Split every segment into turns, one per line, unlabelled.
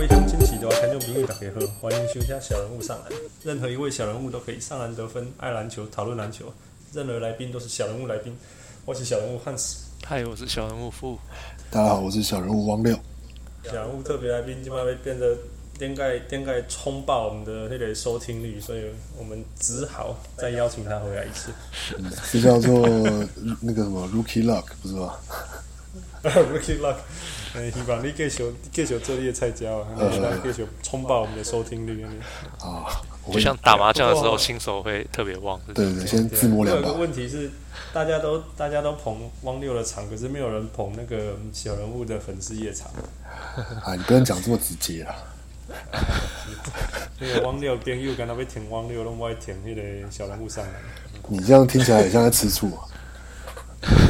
各位听众朋友，大家好，欢迎收听小人物上篮。任何一位小人物都可以上篮得分，爱篮球，讨论篮球。任何来宾都是小人物来宾。我是小人物汉斯，
嗨，我是小人物富。
大家好，我是小人物汪六。
小人物特别来宾今晚会变得颠盖颠盖冲爆我们的那个收听率，所以我们只好再邀请他回来一次。
这叫做那个什么 Rookie Luck 不是吧？
Rookie Luck，嗯，希望你继续继续做你的菜椒啊，让他继续冲爆我们的收听率。
啊，我
就
会
像打麻将的时
不
候，
过
新手会特别旺，是不
对
是
对对，先自摸
我
两
有啊个
把。
问题是，大家都大家都捧汪六的场，可是没有人捧那个小人物的粉丝夜场。
啊，你不能讲这么直接啊。
那个汪六边又跟他被舔汪六，拢不爱舔那个小人物上来，
你这样听起来很像在吃醋啊。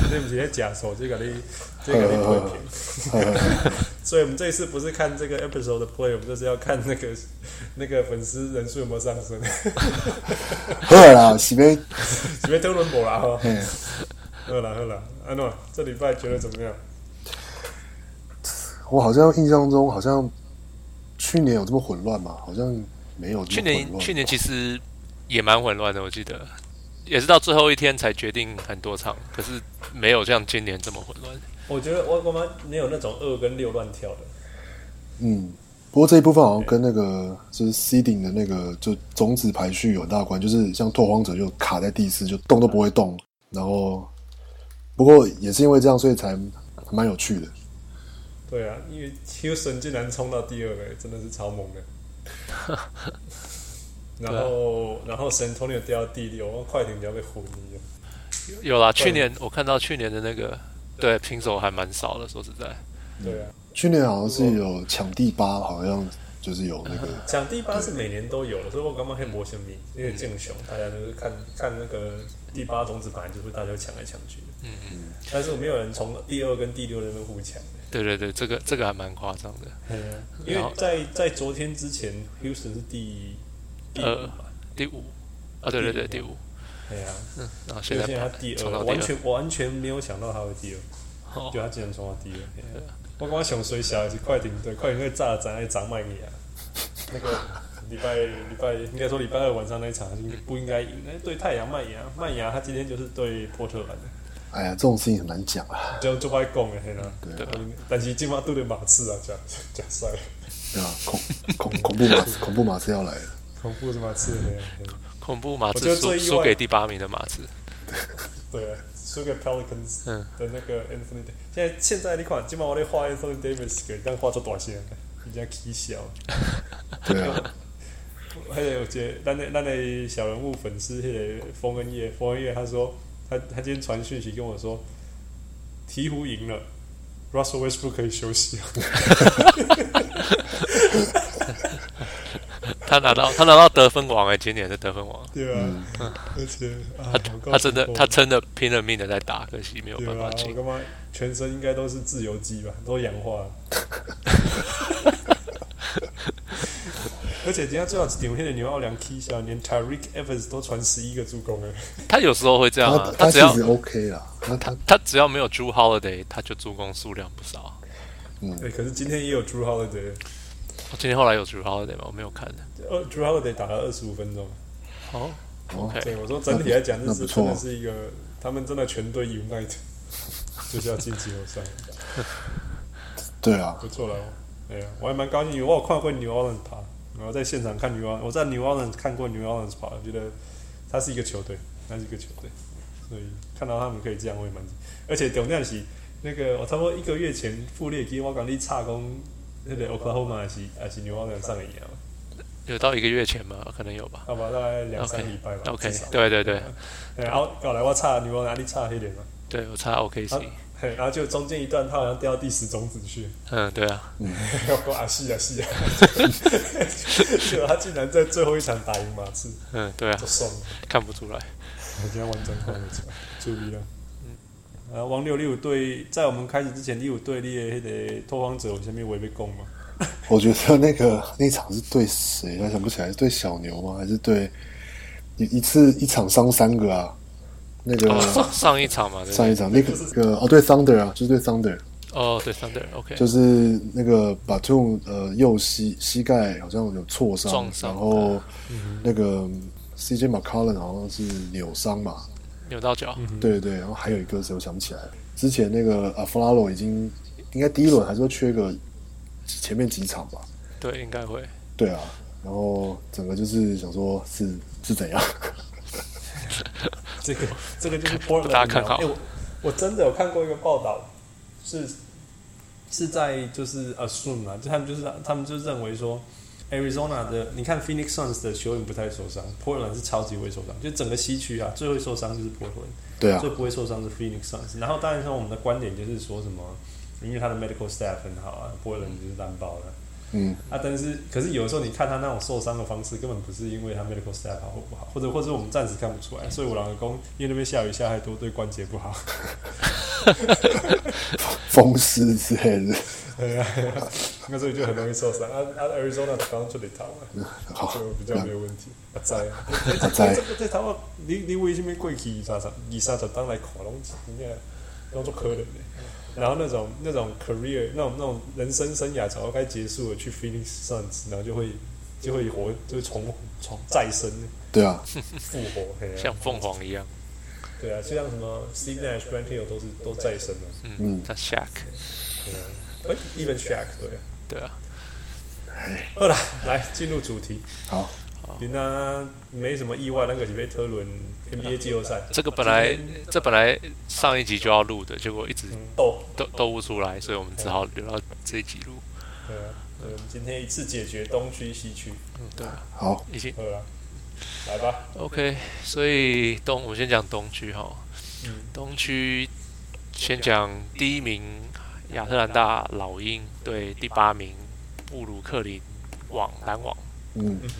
对不起，在假手这个你这个你不
呃
会舔。所以我们这一次不是看这个 episode 的 play，我们就是要看那个那个粉丝人数有没有上升，
喝了啦，喜杯。
准备登伦博啦哈。
嘿
好了好了，安诺，这礼拜觉得怎么样？
我好像印象中好像去年有这么混乱吗？好像没有这
去
么混
年
乱。
去年其实也蛮混乱的，我记得也是到最后一天才决定很多场，可是没有像今年这么混乱。
我觉得我我们没有那种二跟六乱跳的。
嗯，不过这一部分好像跟那个就是 seeding 的那个就种子排序有很大关，就是像拓荒者就卡在第四，就动都不会动。然后，不过也是因为这样，所以才蛮有趣的。
对啊，因为 Houston 竟然冲到第二个，真的是超 猛的。然后，然后 San Antonio 掉到第六，快艇就要被虎迷了。
有啦，去年我看到去年的那个对平手还蛮少的，说实在，
对啊，
去年好像是有抢第八，好像就是有那个
啊
抢第八是每年都有的，所以我刚刚黑魔神迷，因为敬雄，大家都是看看那个第八种子，本来就是大家会抢来抢去的。嗯嗯。但是没有人从第二跟第六那边互抢。
对对对，这个这个还蛮夸张的。
因为
然后
在在昨天之前，Houston 是第第五
呃
嘛，
第五啊，对对对，第五，
对啊，
嗯，然后现
就
在
现在他第
冲
二，
到
我
第
完
二，
全我完全没有想到他会第二。
哦
就他竟然冲到第二。嘿我刚刚想水小也是快艇队，快艇队炸了咱张麦尼啊，那个礼拜礼拜应该说礼拜二晚上那一场应该不应该赢？哎，对太阳麦芽，麦芽他今天就是对波特兰的，
哎呀，这种事情很难讲啊，
就就爱讲的嘿啦。
对
啊
但是今晚对的马刺啊，假假赛，
对吧、 恐恐恐怖马刺，恐怖马刺要来了。
恐怖是马刺的嘿啊。
恐怖马
我觉
刺
得
输
最意外
输给第八名的马刺，
对啊，输给 Pelicans
嗯
的那个 Anthony Davis。现在现在你看，今晚我在画 Anthony Davis 给，但画出短线，啊人家起笑。
对 啊，
还有一个咱的咱的小人物粉丝，迄个风恩叶，风恩叶他说，他他今天传讯息跟我说，鹈鹕赢了，Russell Westbrook 可以休息了。
他拿到他拿到得分王哎、今年的得分王。
对啊，而且啊，我
他真的，
告诉你
他真的拼了命的在打，可惜没有
对
办
啊
法，
我
进。
干嘛全身应该都是自由基吧，都氧化了。而且今天最好是顶天的牛奥良 K 下，连 Tyreek Evans 都传十一个助攻了。
他有时候会这样啊
他，
他
他
只
其
要
实 OK 啦，那他
他只要没有 Drew Holiday，他就助攻数量不少。啊
对，可是今天也有 Drew Holiday，
我今天后来有 Drew Holiday 吗？我没有看。
呃，Drew Holiday 打了二十五分钟。
哦
哦
，OK，
对，我说整体来讲，这
那
是
不
真
错
的是一个，他们真的全队 unite，就是要晋级欧赛，
对啊，
不错了。哎呀，我还蛮高兴，我有看过 New Orleans 爬，然后在现场看 New Orleans，我在 New Orleans 看过 New Orleans 爬，我觉得它是一个球队，它是一个球队，所以看到他们可以这样，我也蛮，而且董亮喜那个，我差不多一个月前傅列基我讲你差工，那个 Oklahoma 还是还是 New Orleans 上的赢啊，
有到一个月前吗？可能有吧。
好吧，大概两三
OK，
礼拜吧
OK，
至少
对对对，
哎然后搞来我差 New Orleans，你差黑点嘛。
对我差 OKC，、
啊嘿，然后就中间一段，他好像掉到第十种子去，
嗯，对啊，
我说啊是啊是啊， 结果他竟然在最后一场打赢马刺，
嗯，对啊
就，爽了，
看不出来。
我今天完全看不出来，注意了。呃，王六六队在我们开始之前，六队列迄个拓荒者有啥物违背讲嘛？
我觉得那个那场是对谁？我想不起来，是对小牛吗？还是对一一次一场伤三个啊？那个
哦，上上一场嘛，对不
上一
对？
场那个那个哦，对 Thunder 啊，就是对 Thunder，
哦，对，Thunder，OK，、
就是那个把 t u 呃右膝膝盖好像有挫伤
撞，伤
然后
嗯
那个 CJ McCollum 好像是扭伤嘛，
扭到脚，
嗯
对对，然后还有一个谁我想不起来了，之前那个 a f l a l o 已经应该第一轮还是会缺个前面几场吧，
对，应该会。
对啊，然后整个就是想说是是怎样，
这个 这个就是 Portland
大家看好
哎我我真的有看过一个报道，是是在就是 assume 啊，就他们就是他们就认为说 Arizona 的，你看 Phoenix Suns 的球员不太受伤，Portland 是超级会受伤，就整个西区啊最会受伤就是 Portland。
对啊
最，不会受伤是 Phoenix Suns。然后当然说我们的观点就是说什么，因为他的 medical staff 很好啊，波人就是烂爆了
嗯，
啊。但是可是有的时候你看他那种受伤的方式，根本不是因为他 medical staff 好或不好，或者或者我们暂时看不出来。所以我老公因为那边下雨下太多，对关节不 好。
风湿之类的，
那所以就很容易受伤。啊啊，Arizona 刚这里逃了，
好，
就比较没有问题。啊，在啊，
他在
这个在台湾，你你为什么过去二三十、二三十当来看拢真正拢做可能的？然后那种那种 career 那种那种人生生涯早就该结束了，去 Phoenix Suns，然后就会就会活，就会重重再生
对啊，
复活，嘿啊
像凤凰一样，
对啊，就像什么 Steve Nash、Grant Hill 都是都再生了，
嗯
嗯，像 Shaq，
对啊，哎，Even Shaq 对啊。
对啊，
好啦，来进入主题，
哎好，
今天没什么意外，那个是被特伦 NBA 季后赛，
这个本来这本来上一集就要录的，结果一直
嗯斗
都都不出来，所以我们只好留到这一集录。
对啊，对，我们今天一次解决东区、西区，
嗯，对啊，
好，
已经
好了，来吧，
OK。所以东，我们先讲东区哈，
嗯，
东区先讲第一名亚特兰大老鹰对第八名布鲁克林网篮网。
嗯，
嗯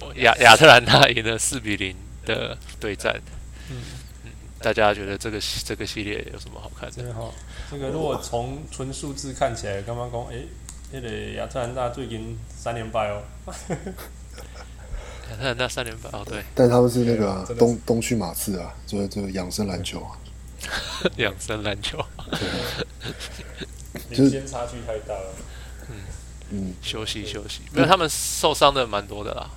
哼，
亚亚特兰大赢了四比零的对战。
嗯
嗯，大家觉得这个系这个系列有什么好看的？
真好。这个如果从纯数字看起来，刚刚讲，诶，那个亚特兰大最近三连败哦，
亚特兰大三连败哦， 对，
但他们是那个
对
啊
啊真的是
东东区马刺啊，就是就是养生篮球啊，
养生篮球
领先差距太大了。
嗯，
休息休息，没有他们受伤的蛮多的啦。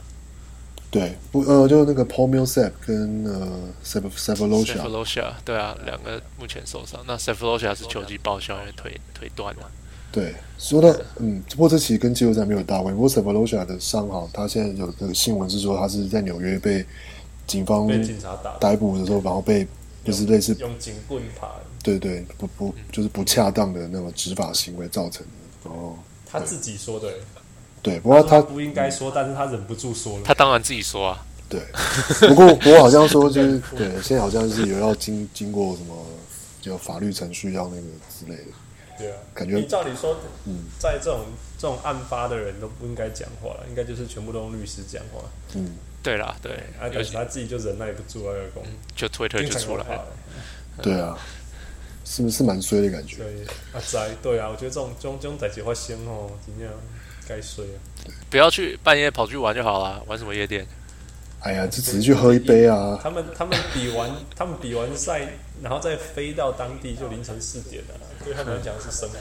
对，不呃，就那个 Paul Millsap 跟呃 s e v s e v l o
s
s
e
h
f
a
l o s i a 对啊，两个目前受伤。那 s e f l o s i a 是球技报销，因为腿腿断了。
对，说到嗯，不过这期跟季后赛没有大关系。不过 s e v l o s h a 的伤好，他现在有那个新闻是说他是在纽约被警方
被警察打，
逮捕的时候，然后被就是类似
用警棍爬，
对对不不
嗯
就是不恰当的那种执法行为造成的。哦，
他自己说的，
对，不过他
不应该说，但是他忍不住说了。
他当然自己说啊，
对，不过不过好像说就是 对，现在好像是有要经经过什么就法律程序要那个之类的。
对啊，
感觉嗯
你照理说，在这种这种案发的人都不应该讲话了，应该就是全部都用律师讲话。
嗯，
对啦，哎对，
啊，
尤
但是
其
他自己就哎忍耐不住啊，二公，
就 Twitter 就出来
了
了。。
对啊，是不是蛮衰的感觉？
对，啊宅，对啊，我觉得这种这种这种代志发生哦，真正该衰啊。
不要去半夜跑去玩就好啦，玩什么夜店？
哎呀，就只是去喝一杯啊。
他们他们比完他们比完赛，然后再飞到当地就凌晨四点了、对他们来讲是生活。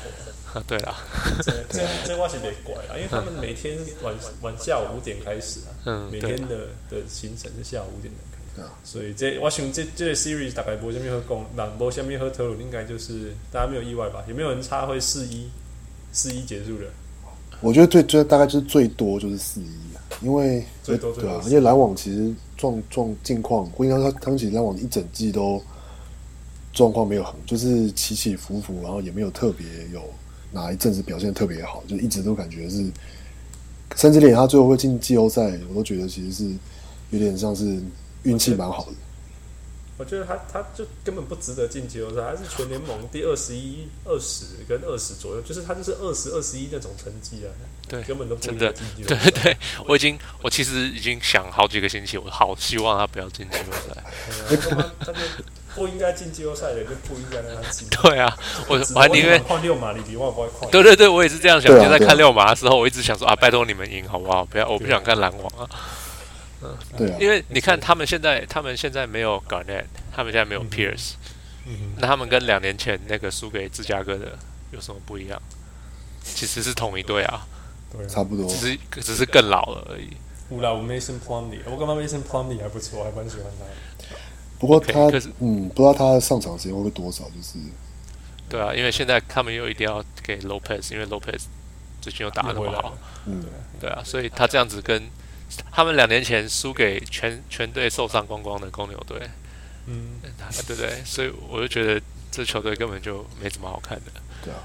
嗯对啦，
这这这话是别怪啊，因为他们每天晚晚下午五点开始啊，
嗯
每
对嗯
天的的行程是下午五点才开始。
对啊
所以这我想这这个 series 大概播下面会讲，那播下面和讨论应该就是大家没有意外吧？有没有人差会四一四一结束的？
我觉得最最大概就是最多就是四一啊，因为
最多
对啊
最，多
因为篮网其实状状近况，我应该说他们其实篮网一整季都状况没有很，就是起起伏伏，然后也没有特别有哪一阵子表现特别好，就一直都感觉是，甚至连他最后会进季后赛，我都觉得其实是有点像是运气蛮好的。
我觉得他他就根本不值得进季后赛，他是全联盟第二十一、二十跟二十左右，就是他就是二十、二十一那种成绩啊，
对
根本都不
真
应该
的
进季，后
对
赛。
对，我已经，我其实已经想好几个星期，我好希望他不要进季后赛。
对啊他妈他就不应该进季后赛的，就不应该让他进。
对啊，我
只是
我还宁愿，
看六马里比我不会看。
对对对，我也是这样想。
对啊
就在
对啊
看六马的时候，我一直想说啊，拜托你们赢好不好？不要，我不想看篮网啊，
对啊，
因为你看他们现在，他们现在没有嗯 Garnett，他们现在没有 Pierce，
嗯
那他们跟两年前那个输给芝加哥的有什么不一样？其实是同一队啊，
对啊，
差不多
只。是只是更老了而已。
五啦，我 Mason Plumley，我感觉 Mason Plumley 还不错，还蛮喜欢他的。
不过
OK，
他
可是
嗯，不知道他的上场时间会不会多少，就是
对啊，因为现在他们又一定要给 Lopez，因为 Lopez 最近又打得那
又回
么
来
好
了，
嗯，
对啊，所以他这样子跟他们两年前输给全全队受伤光光的公牛队，
嗯，
对不对？所以我就觉得这球队根本就没什么好看的，
对啊，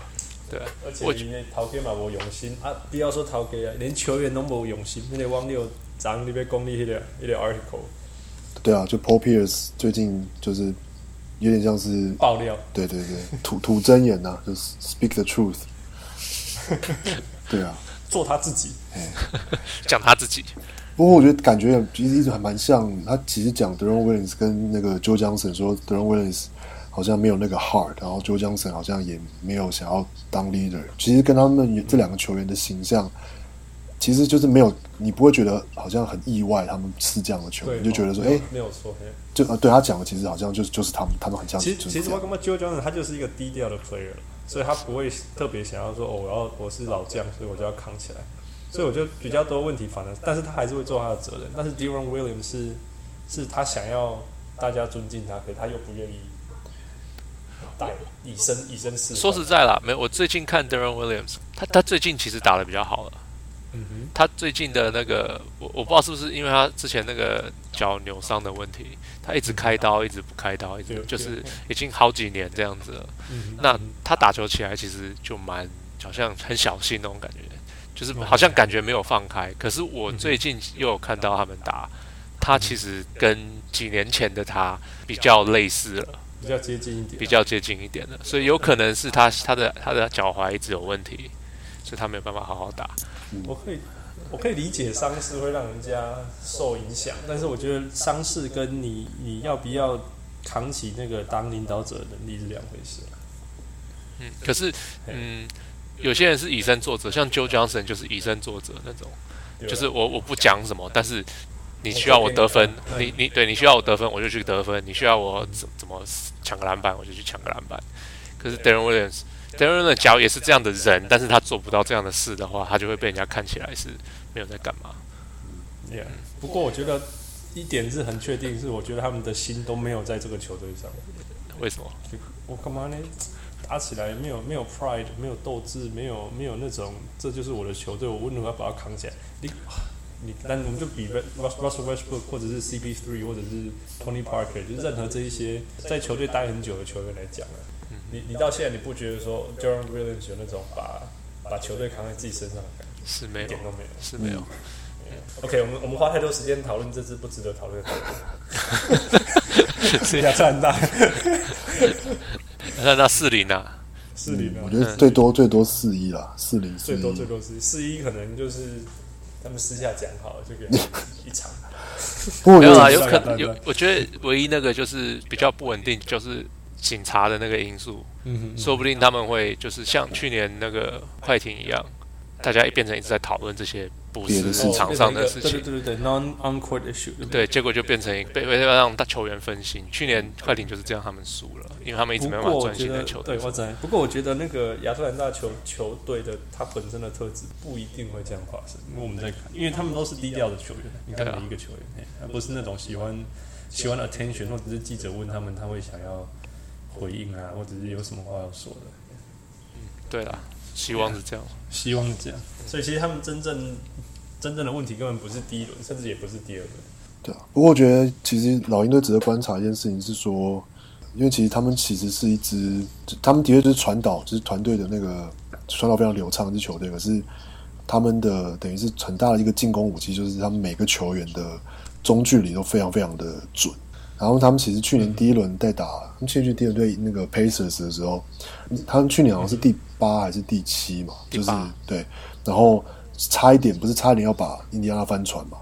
对啊，
而
我
且因为头家嘛无用心啊，不要说头家啊，连球员都无用心。那个网友昨天你要讲你迄、那个迄、那个 article
对啊，就 Paul Pierce 最近就是有点像是
爆料，
对对对， 吐吐真言呐、啊就是 speak the truth。对啊，
做他自己。
讲他自己，
不过我觉得感觉其实一直还蛮像，他其实讲 Deron Williams 跟那个 Joe Johnson 说 Deron Williams 好像没有那个 heart，然后 Joe Johnson 好像也没有想要当 leader。其实跟他们这两个球员的形象，其实就是没有，你不会觉得好像很意外，他们是这样的球
对，哦
员，你就觉得说，
没
哎、
有没有错。嘿
就呃，对他讲的其实好像就是就是他们，他们很像，
其实
就是
其实
这
我
样
感觉 Joe Johnson 他就是一个低调的 player，所以他不会特别想要说哦，我要我是老将，所以我就要扛起来。所以我就比较多问题，反而但是他还是会做他的责任。但是 Deron Williams 是是他想要大家尊敬他，可是他又不愿意带以身以身试法。
说实在啦，没有我最近看 Deron Williams，他他最近其实打得比较好了。
嗯哼，
他最近的那个，我我不知道是不是因为他之前那个脚扭伤的问题，他一直开刀，一直不开刀，一直
对
就是
对
已经好几年这样子了。
嗯哼
那他打球起来其实就蛮好像很小心那种感觉，就是
哦
好像感觉没有放开。可是我
嗯
最近又有看到他们打，他其实跟几年前的他比较类似了。
比较接近一点，
比较接近一点的，所以有可能是他他的他的脚踝一直有问题，所以他没有办法好好打。
我可以，我可以理解伤势会让人家受影响，但是我觉得伤势跟你你要不要扛起那个当领导者的能力是两回事。啊
嗯，可是
嘿
嗯，有些人是以身作则，像 Joe Johnson 就是以身作则那种，
对吧啊
就是我我不讲什么，但是你需要我得分，
我给你
你你对你需要我得分，我就去得分；你需要我怎怎么抢个篮板，我就去抢个篮板。可是 Darren Williams。Darren Williams 假如也是这样的人，但是他做不到这样的事的话，他就会被人家看起来是没有在干嘛。
Yeah，不过我觉得一点是很确定，是我觉得他们的心都没有在这个球队上。
为什么？
就我干嘛呢？打起来没有没有 pride，没有斗志，没有没有那种，这就是我的球队，我为什么要把它扛起来？你你，但我们就比 Rus- Russell Westbrook 或者是 CP3 或者是 Tony Parker，就是任何这一些在球队待很久的球员来讲啊，你你到现在你不觉得说 Jordan Williams 有那种把把球队扛在自己身上的感觉，
是没
一
有
点，都没有。
是没有。
OK，我们我们花太多时间讨论这支不值得讨论的球队，
是
压力很大，
那那四零啊，
是你
嗯我
们
嗯
觉得最多最多四一啦，四零四
最
一
多最多是四一，可能就是他们私下讲好了，就给他们一场。
不过我
没
觉
有啊啦，
得
有
有
点
可
伤感
能有
对。
我觉得唯一那个就是比较不稳定，就是警察的那个因素，
嗯
说不定他们会就是像去年那个快艇一样，大家一变成一直在讨论这些不
别的
是
事情
场上的事
对
情，
对对对，non on court issue，对不对？
对，结果就变成被被让大球员分心。去年快艇就是这样，他们输了，因为他们一直
不
没办
过
法
我
专
觉
心在
得
球，队
对
上。
我在。不过我觉得那个亚特兰大球球队的它本身的特质不一定会这样发生，因为我们在看，因为他们都是低调的球员，你看
对啊
每一个球员，嘿而不是那种喜
啊
欢喜欢 attention，或者是记者问他们，他会想要回应啊，或者是有什么话要说的。
对啦，希望是这样。
希望是这样。所以其实他们真正真正的问题根本不是第一轮，甚至也不是第二轮。
对啊，不过我觉得其实老鹰队值得观察一件事情是说，因为其实他们其实是一支，他们的确就是传导，就是团队的那个传导非常流畅的一支球队，可是他们的等于是很大的一个进攻武器，就是他们每个球员的中距离都非常非常的准。然后他们其实去
嗯
年第一轮在打，他们去年第一轮对那个 Pacers 的时候，他们去年好像是第八还是第七嘛，
第
就是
八
对，然后差一点不是差一点要把印第安纳翻船嘛，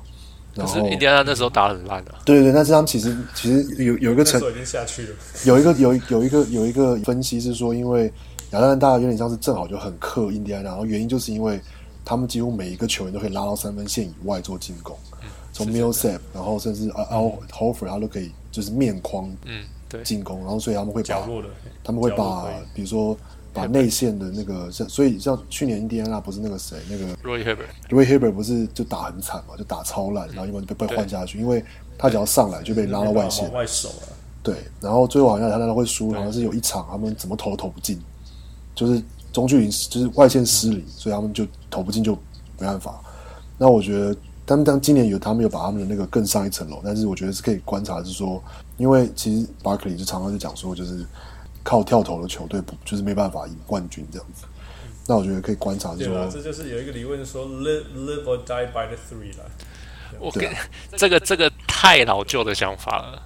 可
然
是
后
印第安纳那时候打得很烂啊，
对对对，但是他们其实其实有有一个
那时
成
候已经下去了，
有一个有一有一个有一个分析是说，因为亚特兰大有点像是正好就很克印第安纳，然后原因就是因为他们几乎每一个球员都可以拉到三分线以外做进攻，
嗯
从 Millsap，然后甚至啊 Al h o f e r 他都可以就是面框
嗯，对，
进攻，然后所以他们会把
角落的
他们会
角落
把
可以
比如说把内线的那个像，所以像去年印第安纳不是那个谁，那个
Roy Hibbert，
Ray Hibbert 不是就打很惨嘛，就打超烂，然后因为被被换下去，因为他只要上来就被拉到外线，
外手啊，
对，然后最后好像他那会输，好像是有一场他们怎么投都投不进，就是中距离就是外线失
嗯
灵，所以他们就投不进就没办法。那我觉得他们当今年有他们有把他们的那个更上一层楼，但是我觉得是可以观察是说，因为其实巴克利就常常就讲说，就是靠跳投的球队不就是没办法赢冠军这样子。那我觉得可以观察是
嗯对
说
吧？，这就是有一个理论说 live live or die by the three 啦。
我跟这个这个太老旧的想法了。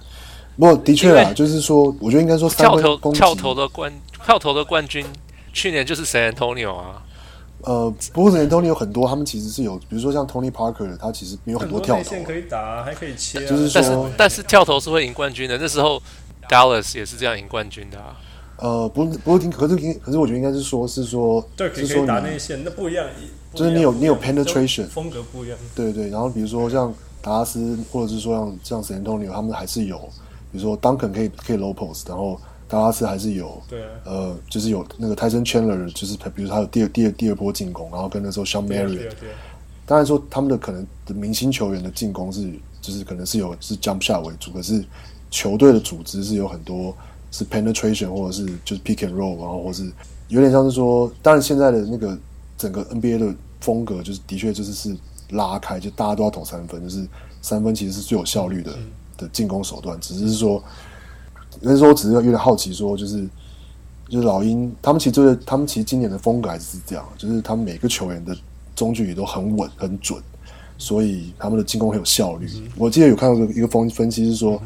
不过的确
因
啊，
为
就是说，我觉得应该说三
跳
分
投
攻击
跳投的冠跳投的冠军，去年就是 San Antonio 啊，
呃，不过人 Tony 有很多，他们其实是有，比如说像 Tony Parker，他其实没有很
很多
跳
内
投
线
啊
可，以打啊，还可以切啊。
就是
但
说
是但是跳投是会赢冠军的。那时候 Dallas 也是这样赢冠军的啊。
呃，不不过听，可是可是我觉得应该是说，是说，
对，可
是
以可
说
以
你
打内线，那不一样。不一样
就是你有
不一样
你有 penetration
风格不一样。
对对，然后比如说像达拉斯，或者是说像像 San Antonio，他们还是有，比如说 Duncan 可以可以 low post，然后达拉斯还是有，
对啊
呃，就是有那个 Tyson Chandler，就是比如他有第二第二第二波进攻，然后跟那时候 Sean
对啊
Marion，
对啊对啊，
当然说他们的可能的明星球员的进攻是就是可能是有是 jump shot 为主，可是球队的组织是有很多是 penetration 或者是就是 pick and roll，然后或是有点像是说，当然现在的那个整个 NBA 的风格就是的确就是是拉开，就大家都要投三分，就是三分其实是最有效率的的进攻手段，只是说，那时候我只是有点好奇说就是。就是老鹰，他们其实就是他们其实今年的风格还是这样，就是他们每个球员的中距离都很稳很准，所以他们的进攻很有效率。我记得有看到一个一个分分析是说，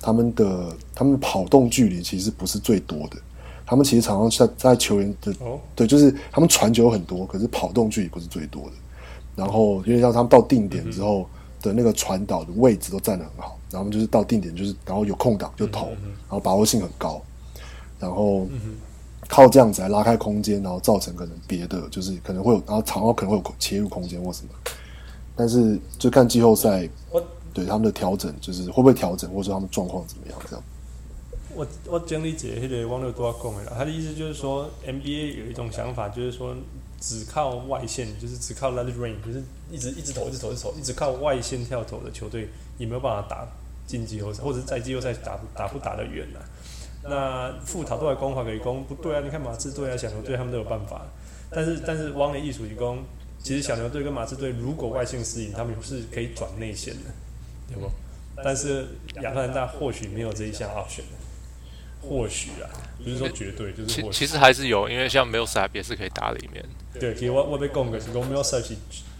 他们的他们的跑动距离其实不是最多的，他们其实常常在在球员的、
哦
对，就是他们传球很多，可是跑动距离不是最多的。然后有点像他们到定点之后的那个传导的位置都站得很好，然后他们就是到定点就是然后有空档就
嗯
投，然后把握性很高。然后靠这样子来拉开空间，然后造成可能别的就是可能会有，然后长奥可能会有切入空间或什么。但是就看季后赛
我
对他们的调整，就是会不会调整，或者说他们状况怎么样这样。
我我整理解迄个网友都要讲的啦，他的意思就是说，NBA 有一种想法，就是说只靠外线，就是只靠 let it rain，就是一直一直投，一直投，一直投，一直靠外线跳投的球队，也没有办法打进季后赛，或者是在季后赛打不打不打得远啊。那富塔都来攻法可以攻，不对啊！你看马刺队啊、小牛队他们都有办法，但是但是汪的艺术一攻，其实小牛队跟马刺队如果外线失赢，他们是可以转内线的，对不？但是亚特兰大或许没有这一项 option，或许啊，不是说绝对，就是
其
或许。
其实还是有，因为像 m i l s a p 也是可以打里面。
对，其实我我被讲过，是讲 Millsap 是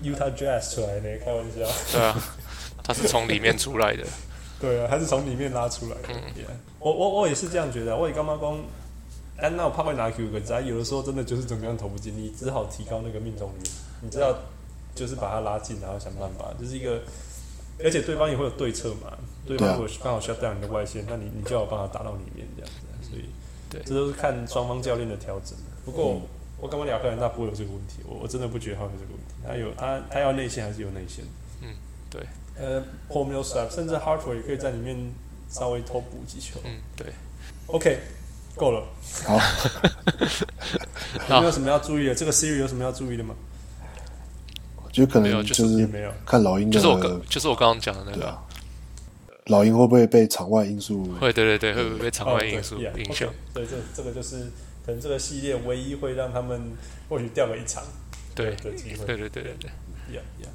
Utah Jazz 出来的，开玩笑。
对 啊，他是从里面出来的。
对啊，还是从里面拉出来的。Yeah 我我我也是这样觉得，啊我也刚刚讲，哎，那我怕会拿 Q 个，只要有的时候真的就是怎么样投不进，你只好提高那个命中率，你知道，就是把它拉近，然后想办法，就是一个，而且对方也会有对策嘛，对
对啊
方如果刚好 shut down 你的外线，那你你就有办法打到里面这样子，啊所以，
对
这都是看双方教练的调整。啊不过。
嗯
我刚刚聊克兰大不会有这个问题，我我真的不觉得他会有这个问题。他有他他要内线还是有内线，
嗯对，
呃 p o m i l s a p 甚至 Hartford 也可以在里面稍微偷补几球。
嗯，对。
OK，够了。
好，
有没有什么要注意的？这个 Siri 有什么要注意的吗？
我觉得可
没有
能
就是
也
是
没有。
看老鹰
就
的
是我刚，就是我刚刚讲的那
对
个，
啊，老鹰会不会被场外因素？
会，对对对，会不会被场
哦
外
对
因素
yeah，
影响
OK，？对，这这个就是可能这个系列唯一会让他们或许掉个一场
对，
的机会。
对对对对对。
Yeah, yeah.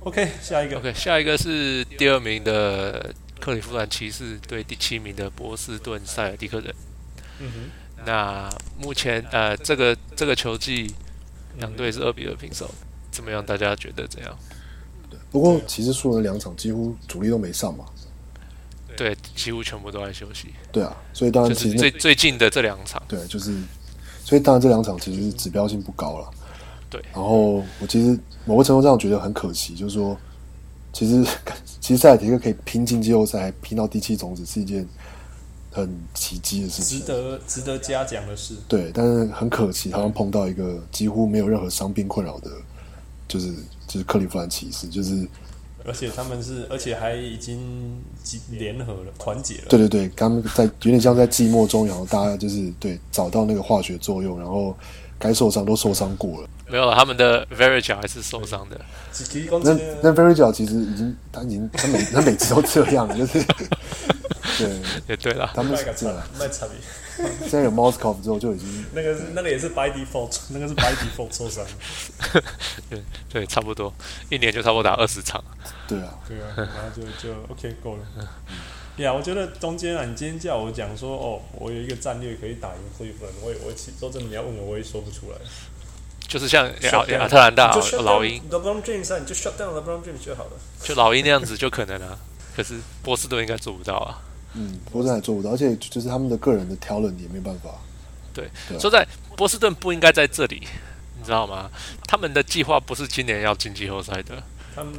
OK，下一个
OK，下一个是第二名的克利夫兰骑士对第七名的波士顿塞尔蒂克人。
嗯哼，
那目前呃，这个这个球季
嗯
两队是二比二平手，怎么样？大家觉得怎样？
不过其实输了两场，几乎主力都没上嘛。
对，几乎全部都在休息，
对啊，所以当
就
然其
是
实
最
那
最近的这两场。
对就是，所以当然这两场其实是指标性不高了。
对，
然后我其实某个程度上觉得很可惜，就是说，其实 其实塞尔提克可以拼进季后赛，还拼到第七种子是一件很奇迹的事
值
情。
得值得嘉奖的是，
对，但是很可惜，他们碰到一个几乎没有任何伤病困扰的，就是就是克利夫兰骑士，就是
而且他们是，而且还已经集联合了，团结了。
对对对，他们在有点像在寂寞中，然后大家就是对找到那个化学作用，然后该受伤都受伤过了。
没有，他们的 Very 脚还是受伤的，
其其实讲
那
真的
那 Very 角其实已经他已经他每他每次都这样了，就是 对
也对啦。
他们
卖
是
个
这
惨
样啊。，
卖惨你。
现在有 Moskov 之后就已经
那个是那个也是 by default，那个是 by default 受伤。
对对，差不多，一年就差不多打二十场。
对啊，
对啊，然后就就 OK 够了。呀、我觉得中间啊，你今天叫我讲说，哦，我有一个战略可以打赢 Cleveland，我也我其实说真的，你要问我，我也说不出来。
就是像亚
Shut down
亚特兰大
你就 shut down
老鹰，
LeBron James 啊，你就 shut down LeBron James 就好了。
就老鹰那样子就可能啊，可是波士顿应该做不到啊。
嗯，波士顿还做不到，而且就是他们的个人的 talent 也没办法。
对，
对
说在波士顿不应该在这里，你知道吗？他们的计划不是今年要进季后赛的，
他们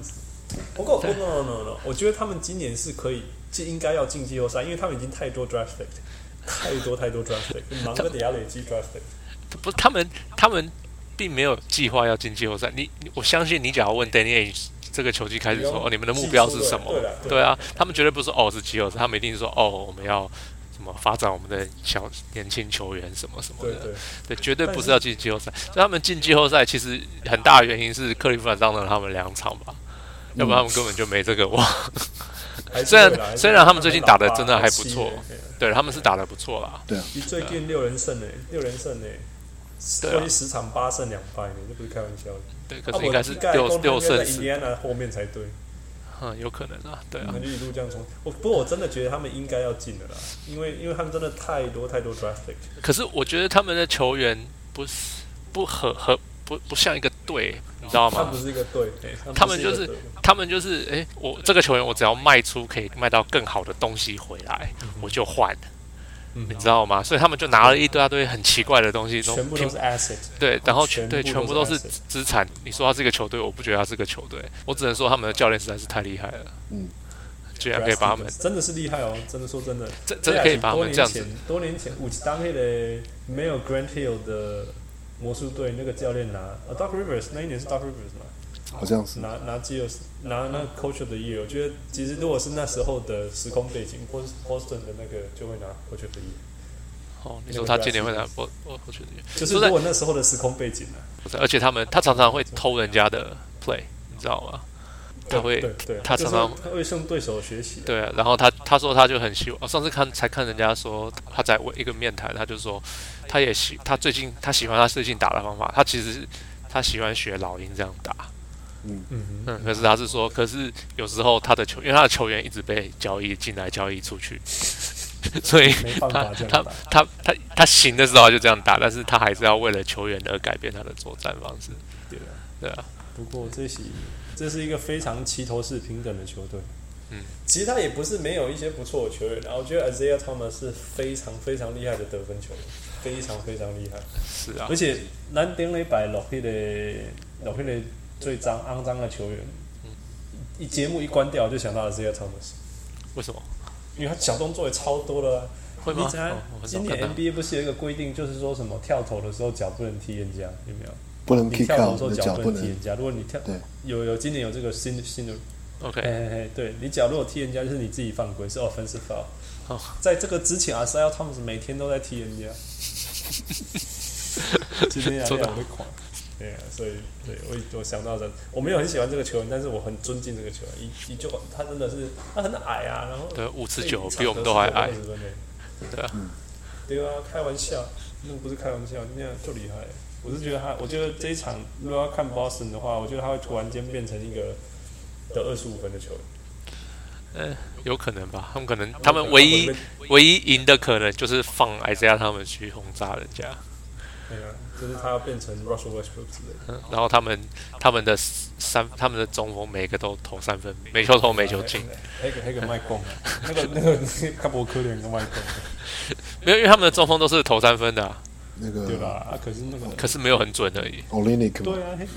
不过 no no no no，我觉得他们今年是可以，就应该要进季后赛，因为他们已经太多 draft pick，太多太多 draft pick，忙着得要累积 draft pick。
不是他们，他们并没有计划要进季后赛。你，你我相信你，只要问 Danny Ainge 这个球季开始
不
说，
用
哦，你们的目标是什么
技术对了？对
对啊，他们绝对不是说哦是季后赛，他们一定是说哦我们要什么发展我们的小年轻球员什么什么
对
的，
对，
对，啊绝对
但
不
是
是要进季后赛。所以他们进季后赛其实很大的原因是克利夫兰让了他们两场吧，
嗯
要不然他们根本就没这个望。
还是
虽然
对啦还是
虽然他们最近打得真的还不
七
错
耶对啊
对，他们是打得不错啦。
对啊，
你最近六人胜呢、六人胜呢、欸，
对啊
关于十场八胜两败呢、这不是开玩笑的。
对，可
啊
是应该是
我盖
六
公
六
应该
胜
在印
四
第，安纳后面才对，
嗯，有可能啊，对啊
那，就一路这样冲。我不过我真的觉得他们应该要进的啦，因为因为他们真的太多太多 draft pick，
可是我觉得他们的球员不是不合合不不像一个队，你知道
他
吗
不？是一个队，欸
他
不
们就
一个
是
队
他们就是诶，我这个球员我只要卖出可以卖到更好的东西回来，我就换，
嗯
你知道吗？所以他们就拿了一大堆很奇怪的东西，
全部
拼
都是 asset，
对，然后
全
对，
部
全
都
部
是
都是
asset
资产。你说他是一个球队，我不觉得他是个球队，我只能说他们的教练实在是太厉害了。
嗯，
居然可以把他们
真的是厉害哦，真的说真的，啊
真真的可以把他们这样子
多年前，多年前五当黑的没有 Grant Hill 的魔术队那个教练拿呃 Doc Rivers 那一年是 Doc Rivers 嘛？
好像是
拿拿季后赛拿那 Coach of the Year，我觉得其实如果是那时候的时空背景，Bos-，Boston 的那个就会拿 Coach of the Year，
哦，你说他今年会拿我我我觉得也
就是
说
如
在
果那时候的时空背景啊，
而且他们他常常会偷人家的 play，你知道吗？他会
啊对对，
他常常
就是他会向对手学习啊、
对啊，然后他他说他就很希望，哦、上次看才看人家说他在一个面谈，他就说他也喜他最近他喜欢他最近打的方法，他其实他喜欢学老鹰这样打，
嗯哼，
嗯，可是他是说，可是有时候他的球，因为他的球员一直被交易进来，交易出去， 所以
没
他
办法
他
这样
他
打
他他他行的时候他就这样打，但是他还是要为了球员而改变他的作战方式，
对啊。
对啊，
不过这是这是一个非常齐头式平等的球队。
嗯，
其实他也不是没有一些不错的球员啊，我觉得 Isaiah Thomas 是非常非常厉害的得分球员，非常非常厉害。
是啊
而，且咱顶礼拜录迄个录迄个最脏肮脏的球员，
嗯
一节目一关掉我就想到了 Isaiah Thomas，
为什么
因为他小动作也超多的啊。
会
你
吗？
知道
哦、我很少
今
看
年
到，
NBA 不是有一个规定，就是说什么跳投的时候脚不能踢人家，有没有？
不能
你
kick
跳投的时候
out，你的脚
不
不
能踢
能
人家。如果你跳
对
有有今年有这个新的新的，
OK，、
哎哎哎，对你脚如果踢人家，就是你自己犯规，是 offensive foul。
哦
在这个之前啊 s i l Thomas 每天都在踢人家， 今天也
做得
会狂。对啊，所以对我我想到的，我没有很喜欢这个球员，但是我很尊敬这个球员。一一就他真的是他很矮啊，然后
对，五十九比我们都还
所
矮
以，一场得十九分欸
对啊，
对啊，开玩笑，那个不是开玩笑，那样就厉害。我是觉得他，我觉得这一场如果要看 Boston 的话，我觉得他会突然间变成一个得二十五分的球员。
有可能吧，他们可能他们唯
嗯
一唯一赢的可能就是放艾泽亚他们去轰炸人家。
对啊，就是他要变成 Russell Westbrook 之类的。
嗯然后他们他们的三他们的中锋每个都投三分，每球投每球进，
那个那个麦贡，那个那个那个卡伯科连跟麦贡，
没有，因为他们的中锋都是投三分的啊、
那
对
个
啦。啊，可是那个
可是没有很准而已。
Olinic 嘛
对，啊，嘿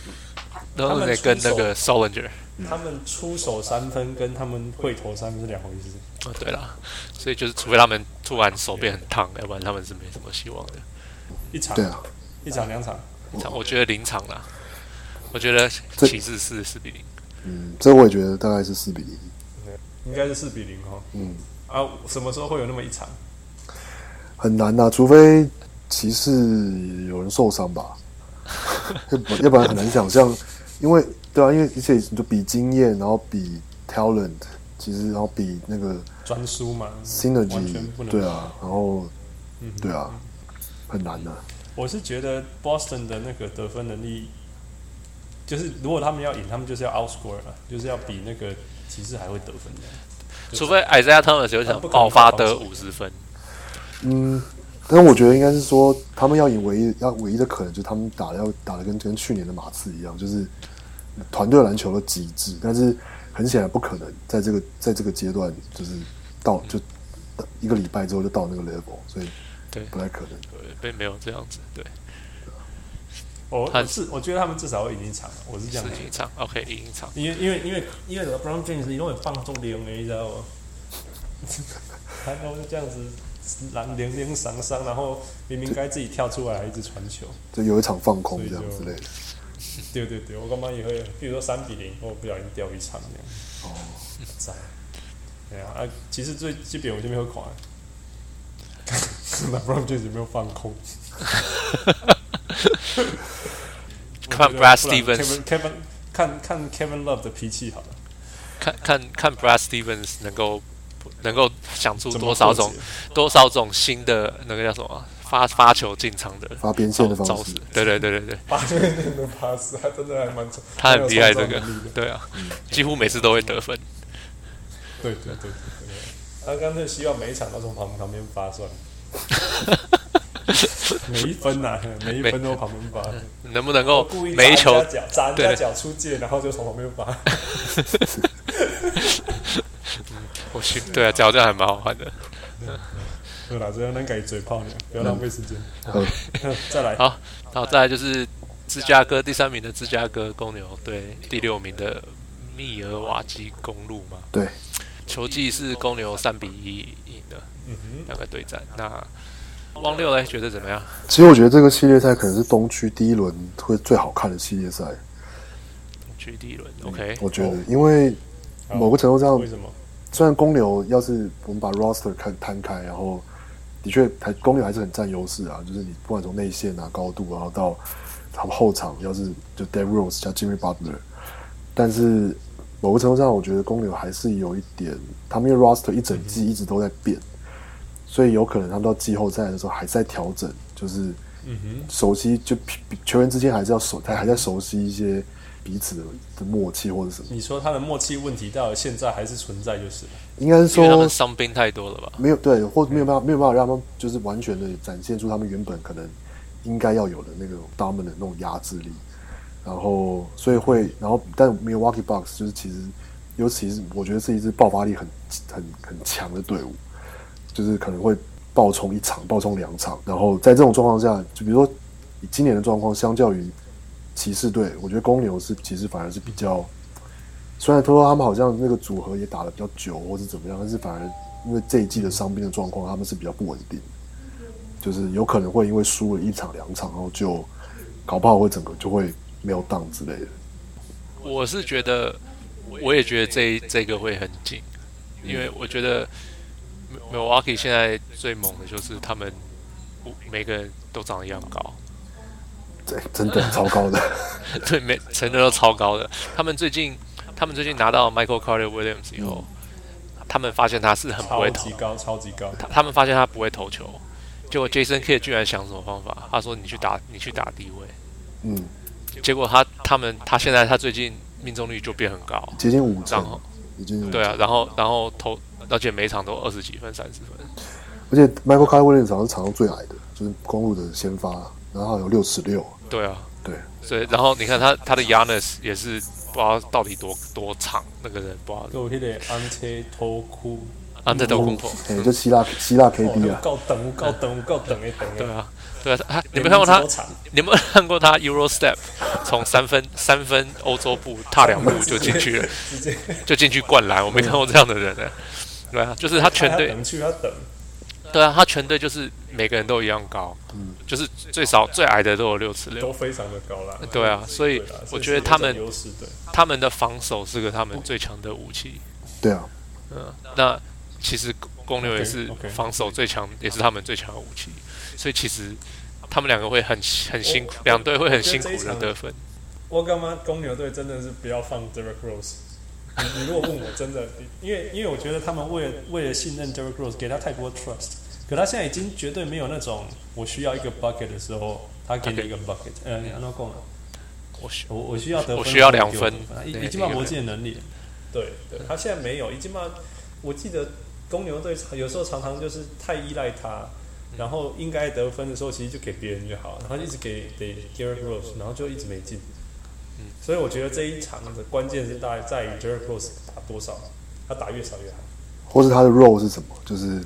然后得跟那个 Solinger，
他们出手三分跟他们会投三分是两回事。
哦对啦，所以就是除非他们突然手变很烫，要不然他们是没什么希望的。
一场
对，啊，
一场两场，
我觉得零场啦，我觉得骑士是四比零，
嗯，这我也觉得大概是四比零。
应该是四比零哈。
嗯，
啊，什么时候会有那么一场？
很难呐、除非骑士有人受 伤吧，要不要不然很难想象。因为对啊，因为而且你就比经验，然后比 talent，其实然后比那个
专输嘛完全
synergy，
不能
对啊，然后
嗯哼
对啊，很难啊呐、
我是觉得 Boston 的那个得分能力，就是如果他们要赢，他们就是要 outscore 嘛，就是要比那个骑士还会得分的。
除非艾塞亚汤姆斯有一场爆发得五十分，
嗯，但我觉得应该是说，他们要赢唯一要唯一的可能，就是他们打得要打的跟跟去年的马刺一样，就是团队篮球的极致。但是很显然不可能在这个在这个阶段，就是到就一个礼拜之后就到那个 level，所以
对
不太可能。
对，并没有这样子，对，
我
他
我哦是我觉得他们至少会赢一场，我是这样觉
是
得
一。场，OK，赢一场，
因为因为因为因为 LeBron James 永远放纵零 A，你知道吗？ 他都是这样子懒零零散散，然后明明该自己跳出来，还一直传球。
就有一场放空
所以
这样
就
之类的。
对对对，我干嘛也会，比如说三比零，我不小心掉一场这样。
哦，
在，对啊，啊，其实最基本我就没有垮。LeBron James 有没有放空？
看
我觉得
Brad
不然
Stevens
Kevin Kevin 看看 Kevin Love 的脾气好了，
看看看 Brad Stevens 能够能够想出
怎么
多少
破解
种多少种新的那个叫什么啊发发球进场的
发边线的方式
招式，对对对对对，
八个人的 pass，他真的还蛮聪
他很厉害这
蛮有
个
创造能力的，嗯
对啊，几乎每次都会得分，
对对对对对。他干脆希望每一场都从旁旁边发 算了，每一分呐、每一分都旁边发，
能不能够
嗯故意砸
哦每一
人
球
家脚砸人家
对
脚出界，然后就从旁边发。
我去，对啊，只要这样还蛮好玩的。
对啦，只要能给嘴炮你，不要浪费时间。
好，
再来，
好，然后再来就是芝加哥第三名的芝加哥公牛对第六名的密尔瓦基公路嘛，
对，
球季是公牛三比一赢的
嗯哼，
两个对战。那汪六嘞觉得怎么样？
其实我觉得这个系列赛可能是东区第一轮会最好看的系列赛。
去第一轮，OK，
我觉得，因为
好
某个程度上
为，什么？
虽然公牛要是我们把 roster 看摊开，然后的确还公牛还是很占优势啊，就是你不管从内线啊、高度，然后到他们后场，要是就 d a v e Rose 加 Jimmy Butler，但是某个程度上，我觉得公牛还是有一点，他们因为 roster 一整
嗯
季一直都在变，所以有可能他们到季后赛的时候还在调整，就是
嗯哼，
熟悉就球员之间还是要熟，他还在熟悉一些彼此的的默契或者什么，
你说他的默契问题到现在还是存在，就是了。
应该是
因为他
说
们伤兵太多了吧？
没有对，或没有办法，没有办法让他们就是完全的展现出他们原本可能应该要有的那个 dominant 那种压制力，然后所以会，然后但 Milwaukee Bucks 就是其实，尤其是我觉得是一支爆发力很很很强的队伍，就是可能会爆冲一场，爆冲两场，然后在这种状况下，就比如说以今年的状况，相较于骑士队，我觉得公牛是其实反而是比较，虽然说他们好像那个组合也打得比较久，或是怎么样，但是反而因为这一季的伤病的状况，他们是比较不稳定的，就是有可能会因为输了一场两场，然后就搞不好会整个就会没有档之类的。
我是觉得，我也觉得这一这个会很紧，因为我觉得 Milwaukee 现在最猛的就是他们每个人都长得一样高，
对，真的超高 的，
对，每成人都超高的。他们最近，他们最近拿到 Michael Carter Williams 以后，他们发现他是很不
超
会投
级，高，超级高。
他他们发现他不会投球，结果 Jason Kidd 居然想什么方法，他说你去打你去打低位，
嗯，
结果他他们他现在他最近命中率就变很高，
接近五成
然后，
已经
哦对啊，然后然后投，而且每一场都二十几分、三十分，
而且 Michael Carter Williams 好像是场上最矮的，就是公路的先发，然后好像有六尺六，
对啊，
对，
所以然后你看他他的 Yanis 也是不知道到底多多长，那个人不知道
给我迄个 Ante Toku，
安德斗公投，
哎、就希腊希腊
哦，
KD
有
啊，
够等，有够等，有够等的等
对
的。
啊，对啊，他你们看过他
每一次都？惨
你有没有看过他 Euro Step 从三分三分欧洲步踏两步就进去 了，
直接
嗯就进去灌篮？我没看过这样的人呢、对啊，就是他全
他
队
等去，他等，
对啊，他全队就是每个人都一样高，
嗯
就是最少最矮的都有六尺六
都，非常的高啦。
对啊所以
对啦
我
是
觉得
有
他
占
们
优势对，
他们的防守是个他们最强的武器。
对啊，
嗯，那其实公牛也是
OK，OK
防守最强，也是他们最强的武器，所以其实他们两个会很很辛苦，两队会很辛苦的得分。
我干嘛公牛队真的是不要放 Derek Rose。你你如果问我，真的， 因为因为我觉得他们为了为了信任 Derek Rose，给他太多 trust，可他现在已经绝对没有那种我需要一个 bucket 的时候，他给你一个 bucket，呃，你那够了。
我需
我我需要得分，
我需要两分
已
对
已经把
那个
魔镜的能力了。对对，他现在没有，已经把我记得公牛队有时候常常就是太依赖他，
嗯
然后应该得分的时候其实就给别人就好，然后一直给给 Derek Rose，然后就一直没进。
嗯
所以我觉得这一场的关键是大在于 Derek Rose 打多少，他打越少越好。
或是他的 role 是什么？就是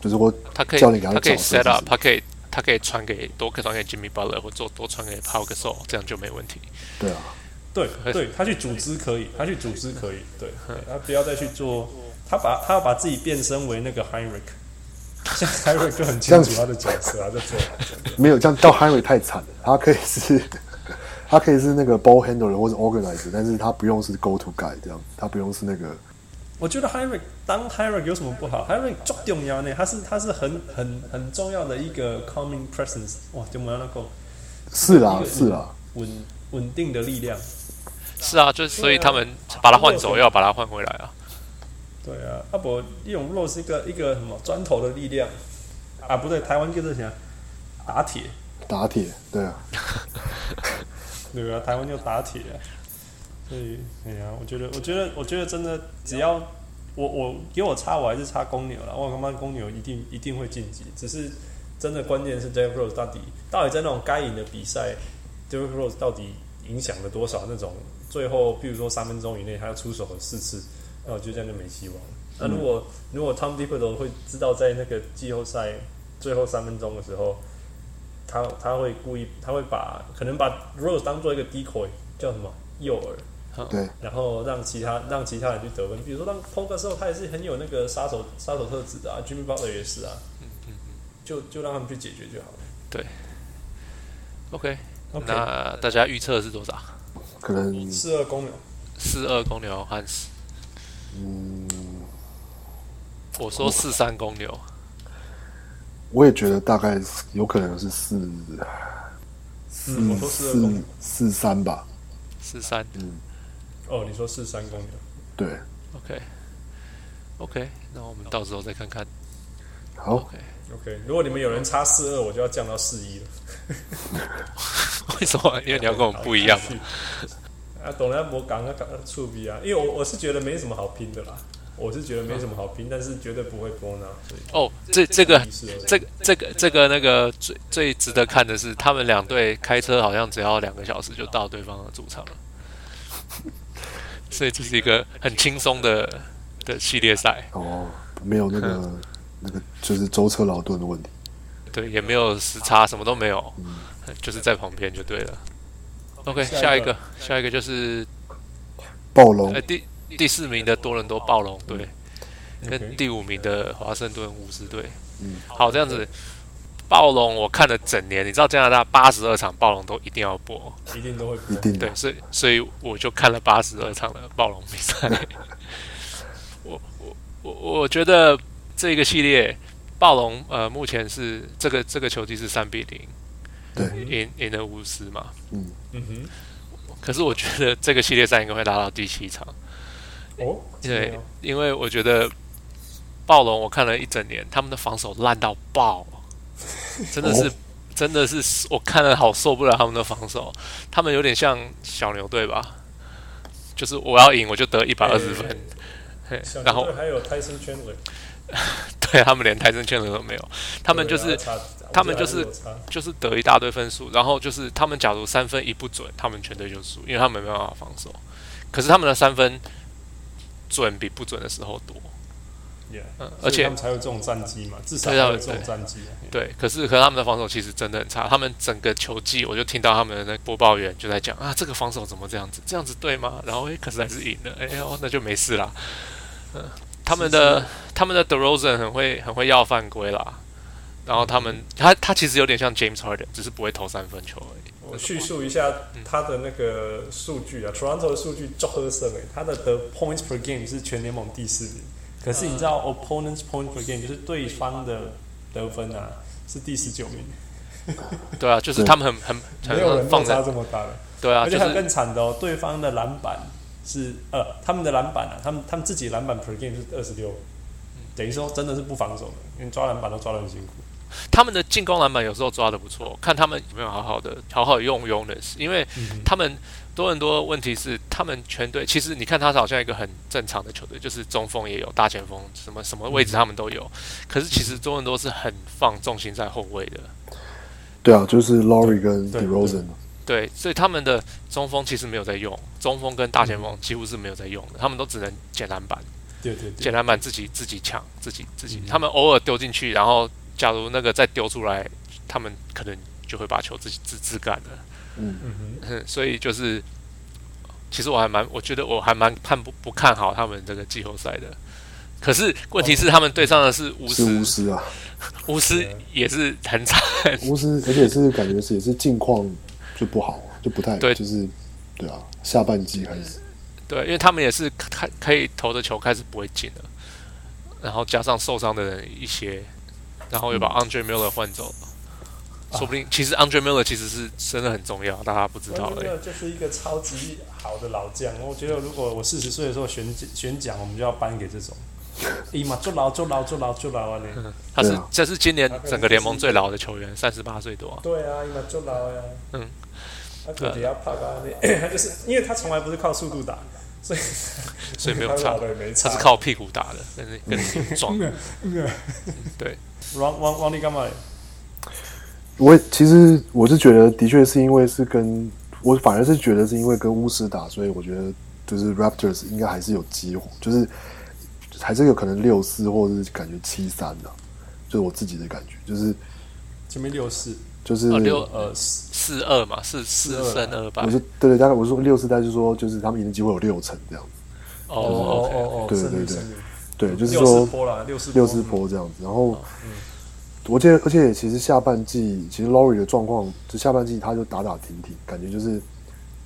就是我
他可以
教练给
他可以
角色
set
是
up，
什么
他可以他可以传给多传给 Jimmy Butler 或做多传给 Paul g a s o 这样就没问题。
对啊，
对
可
对，他去组织可以，他去组织可以，对，对他不要再去做，他把他要把自己变身为那个 Heinrich，像 Heinrich 就很清楚他的角色啊，在做啊真的
没有这样到 Henry 太惨了，他可以是 他可以是那个 ball handler 或者 organizer，但是他不用是 go to guy 这样，他不用是那个
我觉得 Heinrich 当 Heinrich 有什么不好？Heinrich 重重要呢，他是他是很很很重要的一个 coming presence，哇，就没那个
是啦是啦，
稳稳定的力量，
是啊，就是所以他们把他换走，又要把他换回来啊。
对啊，阿伯一种肉是一个一个什么砖头的力量啊，不对，台湾就是什么打铁，
打铁，对啊，
对啊，台湾就打铁、啊，所以哎呀、我觉得，我觉得，我觉得真的，只要我我给我插，我还是插公牛了。我他妈公牛一定一定会晋级，只是真的关键是 d e r e Rose 到底到底在那种该赢的比赛 d e r e Rose 到底影响了多少那种最后，比如说三分钟以内他要出手四次，那我觉得这样就没希望了。那如果、如果 Tom d i p p e d 会知道在那个季后赛最后三分钟的时候，他他会故意，他会把可能把 Rose 当做一个 decoy，叫什么诱饵，
对
然后让其他让其他人去得分。比如说让 p o g a 时候，他也是很有那个杀手杀手特质的啊，Jimmy Butler 也是啊，
嗯
就就让他们去解决就好了。
OK，
OK，
那大家预测是多少？
可能
四二公牛，
四二公牛和四
嗯，
我说四三公牛，
我也觉得大概是有可能是四四
嗯，我说四二公牛
四，四三吧，
四三
嗯
哦，你说四三公牛，
对，
OK OK，那我们到时候再看看。
好，
OK，
OK，如果你们有人差四二，我就要降到四一了。
为什么？因为你要跟我们不一样嘛。
啊，董兰博刚刚刚触逼啊，因为我我是觉得没什么好拼的啦，我是觉得没什么好拼，但是绝对不会崩啊，所以
哦，这这个
一四二
这个这个这个那个最最值得看的是，他们两队开车好像只要两个小时就到对方的主场了，所以这是一个很轻松的的系列赛，
哦，没有那个那个就是舟车劳顿的问题，
对，也没有时差，什么都没有，就是在旁边就对了。OK，
下
下
一
一
个
个下一个就是
暴
哎
龙
呃第第四名的多伦多暴龙队，跟
OK
第五名的华盛顿巫师队。
嗯
好，这样子，暴龙我看了整年，你知道加拿大八十二场暴龙都一定要播，
一定都会
一
崩。
定
对
的，，
所以所以我就看了八十二场的暴龙比赛。 我我我我觉得这个系列暴龙呃，目前是这个这个球季是三比零
对，
赢赢了巫师嘛，
嗯，
嗯
可是我觉得这个系列赛应该会拉到第七场。
哼，哦，
对，因为我觉得暴龙我看了一整年，他们的防守烂到 爆，真的是、
哦
真的是我看了好受不了他们的防守，他们有点像小牛队吧，就是我要赢我就得一百二十分，嘿
哎小
然
牛
后
队还有 Tyson Chandler，
对他们连台证券都没有，
他
他们就是。他们
啊
就是就是得一大堆分数，然后就是他们假如三分一不准，他们全队就输，因为他们没办法防守。可是他们的三分准比不准的时候多，嗯，而且
他们才有这种战绩嘛，至少才
对啊
有这种战绩啊。
对，可是和他们的防守其实真的很差。他们整个球季，我就听到他们的那个播报员就在讲啊，这个防守怎么这样子？这样子对吗？然后诶，可是还是赢了，哎呦，那就没事啦。嗯、他们的他们的 d e r o z a n 很会很会要犯规啦，然后他
嗯
们他他其实有点像 James Harden，只是不会投三分球而已。
我叙述一下他的那个数据啊、t o r o n t o 的数据就喝剩诶，他的得 points per game 是全联盟第四名，可是你知道 opponents point per game 就是对方的得分啊是第十九名，
对啊，就是
对
他们很很很
没有人
很放
落差
在
这么大的，
对啊，
而
就
且还有
是
更惨的哦，对方的篮板是呃他们的篮板啊，他们他们自己篮板 per game 是二十六，等于说真的是不防守的，因为抓篮板都抓得很辛苦。
他们的进攻篮板有时候抓的不错，看他们有没有好好的好好地用 u n i s 因为
嗯
他们多伦多问题是，他们全队其实你看他是好像一个很正常的球队，就是中锋也有，大前锋什么什么位置他们都有。可是其实多伦多是很放重心在后卫的，
对啊，就是 Laurie 跟
对
DeRozan 嘛
对，所以他们的中锋其实没有在用，中锋跟大前锋几乎是没有在用的，他们都只能捡篮板，
对对对
捡，篮板自己自己抢，自己自己
嗯，
他们偶尔丢进去，然后假如那个再丢出来，他们可能就会把球自己自自干了。
嗯，
嗯哼。
哼所以就是，其实我还蛮，我觉得我还蛮看不不看好他们这个季后赛的。可是问题是，他们对上的是巫
是
师，
巫师啊，
巫师也是很惨。
巫师，而且是感觉是也是近况就不好，啊就不太
对
就是对啊，下半季开始，
对，因为他们也是开可以投的球开始不会进了，然后加上受伤的人一些，然后又把
嗯
Andre Miller 换走了，
啊
说不定其实 Andre Miller 其实是真的很重要，大家不知道欸
我觉
而已。
得就是一个超级好的老将。我觉得如果我四十岁的时候选选奖，我们就要颁给这种。哎妈，坐牢坐牢坐牢坐牢啊你！
他是
对啊
这是今年整个联盟最老的球员，三十八岁多啊、
对啊，伊妈坐牢呀。
嗯。
他肯定要怕啊你， 他就是因为他从来不是靠速度打，所以
所以没有差
他老了也没差。嗯
他是靠屁股打的，但 是更壮。对，
王王王力干嘛嘞？
我也其实我是觉得，的确是因为是跟我反而是觉得是因为跟巫师打，所以我觉得就是 Raptors 应该还是有机会，就是还是有可能六四或者是感觉七三的，就是我自己的感觉，就是
前面六四
就是、
哦六
呃，
四二嘛，四四
42
胜二吧
啊我。是对对，大概我说六四，但是说就是他们赢的机会有六成这样子，
哦
哦
哦哦，
哦哦，
对
胜
对
率
对
胜率
对，就是
六四
说
坡啦，六四
六四
坡
坡这样子。然
哦
后，
嗯
我记得，而且其实下半季，其实 Lowry 的状况，就下半季他就打打停停，感觉就是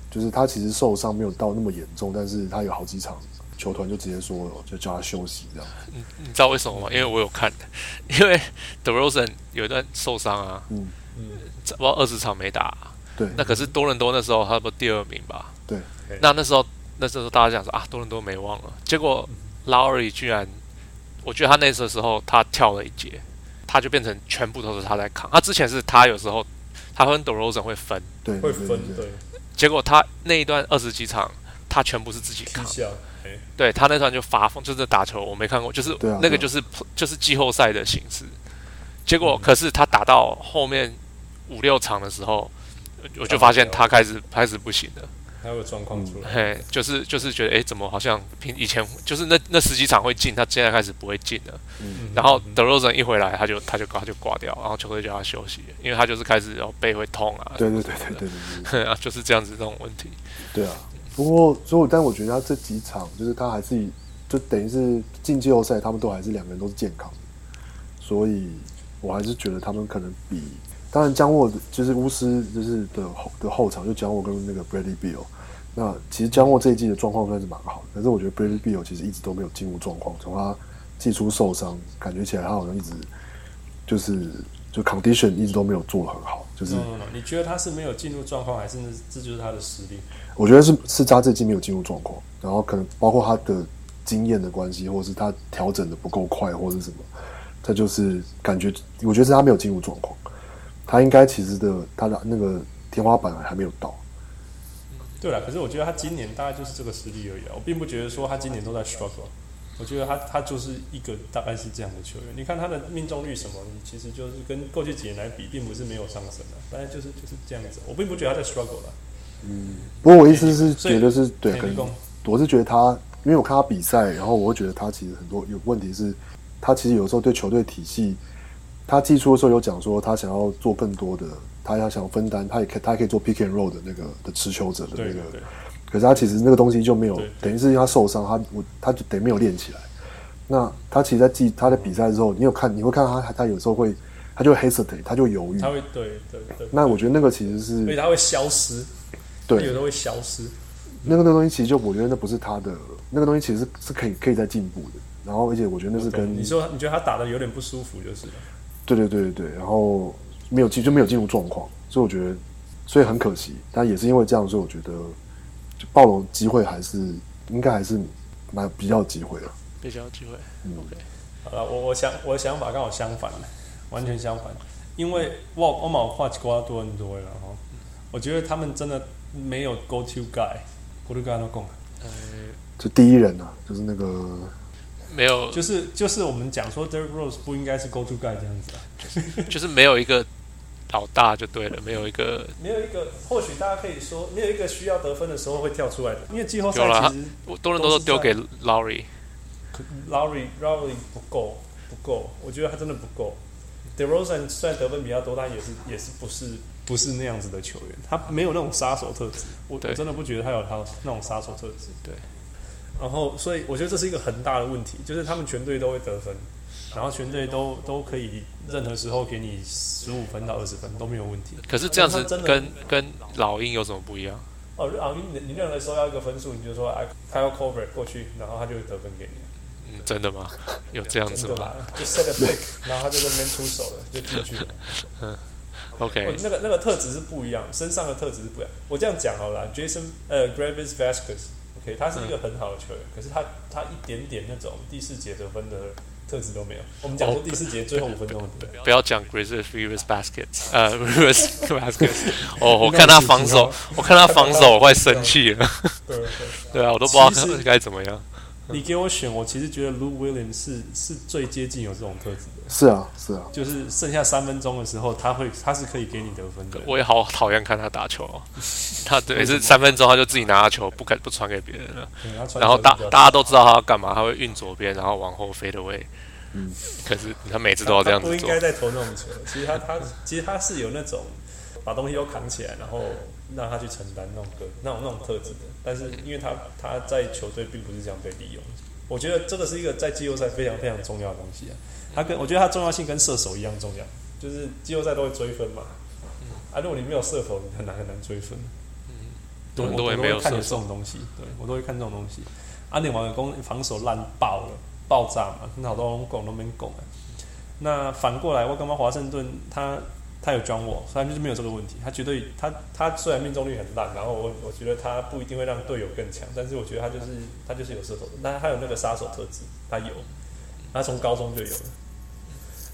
就是他其实受伤没有到那么严重，但是他有好几场球团就直接说就叫他休息这样。
你你知道为什么吗？因为我有看， 因为 d e r o s e n 有一段受伤啊，
嗯，
不知道二十场没打。
对
那可是多伦多那时候他不第二名吧？
对，
那那时候那时候大家讲说啊，多伦多没望了。结果 Lowry 居然，我觉得他那时候时候他跳了一节，他就变成全部都是他在扛。他之前是他有时候他跟 d e r o s e n 会分，
对
会
对对
分
对
对
结果他那一段二十几场，他全部是自己
踢
扛，
笑，哎，
对他那段就发疯，就是打球我没看过，就是、
对啊
那个
对啊嗯
就是就是季后赛的形式。结果可是他打到后面五六场的时候，我我就发现他开始开始不行了，
还有状
嗯
况出来。
嘿，就是就是觉得诶，怎么好像平以前就是那那十几场会进，他现在开始不会进了。
嗯
然后德罗 o 一回来，他就他就他就挂掉，然后球队叫他休息，因为他就是开始然后背会痛啊，
对对对对对对 对。
啊就是这样子这种问题。
对啊，不过所以我但我觉得他这几场就是他还是以就等于是进季后赛，他们都还是两个人都是健康的，所以我还是觉得他们可能比当然江沃就是巫师就是的后的后场就江沃跟那个 Bradley Beal。那其实江沃这一季的状况算是蛮好的，可是我觉得 Bradley Beal 其实一直都没有进入状况，从他季初受伤，感觉起来他好像一直就是就 condition 一直都没有做得很好，就是
no, no, no. 嗯你觉得他是没有进入状况，还是那这就是他的实力？
我觉得是是他这季没有进入状况，然后可能包括他的经验的关系，或者是他调整的不够快，或者是什么，他就是感觉，我觉得是他没有进入状况，他应该其实的他的那个天花板还没有到，
对了，可是我觉得他今年大概就是这个实力而已啊。我并不觉得说他今年都在 struggle，我觉得他他就是一个大概是这样的球员。你看他的命中率什么，你其实就是跟过去几年来比，并不是没有上升的、但是就是就是这样子。我并不觉得他在 struggle 了。
不过我意思是觉得是对，
所以
可
你
能
说
我是觉得他，因为我看他比赛，然后我会觉得他其实很多有问题是，他其实有时候对球队体系，他季初的时候有讲说他想要做更多的，他要想分担，他也可以他也可以做 pick and roll 的那个的持球者的那
对
个
对，对，
可是他其实那个东西就没有
对，
等于是因为他受伤，他我他就等于没有练起来。那他其实，在季他在比赛之后，你有看，你会看他，他有时候会他就 hesitate，他就犹豫。
他会对对对，
那我觉得那个其实
而且
是
他会消失，他有
对
时候会消失。
那个那个东西，其实就我觉得那不是他的，那个东西其实是是可以可以再进步的。然后而且我觉得那是跟
你说你觉得他打的有点不舒服就是了，
对对对对对，然后没有进就没有进入状况，所以我觉得，所以很可惜。但也是因为这样，所以我觉得，就暴龙机会还是应该还是蛮比较有机会的。
比较有机会。OK，
好了，我我想我的想法刚好相反，完全相反。因为我我冇话瓜多很多了哈，我觉得他们真的没有 go to guy，go to guy 都讲，啊
呃，
就第一人啊，就是那个
没有，就
就是就是我们讲说 Derek Rose 不应该是 go to guy 这样子啊，
就是没有一个老大就对了，没有一个
没有一个或许大家可以说没有一个需要得分的时候会跳出来的，因为季后赛
有啦
其实
我多伦多都丢给 Lowry，
Lowry Lowry 不够，不够，我觉得他真的不够。DeRozan 虽然得分比较多，但也是也是不是不是那样子的球员，他没有那种杀手特质。我
对
我真的不觉得他有他那种杀手特质。
对。
然后，所以我觉得这是一个很大的问题，就是他们全队都会得分，然后全队都都可以任何时候给你十五分到二十分都没有问题。
可是这样子
哎他真的
跟跟老鹰有什么不一样？
哦，啊，你你任何时候要一个分数，你就说哎，他要 cover 过去，然后他就会得分给你。
嗯，真 的吗？有这样子
真的
吗
吧？就 set a pick，然后他就在那边出手了，就进去了。
哎
哦
？OK，
那个那个特质是不一样，身上的特质是不一样。我这样讲好了啦，Jason 呃 Gravis Vasquez，OK，、他是一个很好的球员，可是他他一点点那种第四节得分的特质都没有。我们讲
哦
说第四节最后五分钟，对不对？
不要讲 Grizzlies Rivers Baskets，呃，Rivers Baskets。哦，我看他防守，我看他防守，我快生气了。
对 对
对啊，我都不知道
其实
该怎么样。
你给我选，我其实觉得 Lou Williams 是是最接近有这种特质的，
是啊是啊，
就是剩下三分钟的时候，他会他是可以给你得分的。
我也好讨厌看他打 球、哦，他对是三分钟他就自己拿球，不敢不传给别人了。
对他传
然后
球
大
比较
大家都知道他要干嘛，他会运左边，然后往后飞的位。可是他每次都要这样
他
子
不应
做
该。再投那种球。其实他他其实他是有那种把东西都扛起来，然后让他去承担那种个那种那种特质的。但是因为他他在球队并不是这样被利用，我觉得这个是一个在季后赛非常非常重要的东西啊。他跟我觉得他重要性跟射手一样重要，就是季后赛都会追分嘛。啊，如果你没有射手，你很难很难追分。对，
多伦
我
多
我
也
嗯都
没有
会看
射
这种东西，对啊我都会看这种东西。安联网的攻防守烂爆了，爆炸嘛，那好多人拱都没拱啊。那反过来，我感觉华盛顿他他有 John Wall，所以他就是没有这个问题。他绝对他他虽然命中率很烂，然后我我觉得他不一定会让队友更强，但是我觉得他就是他就是有射手，但他有那个杀手特质，他有，他从高中就有了。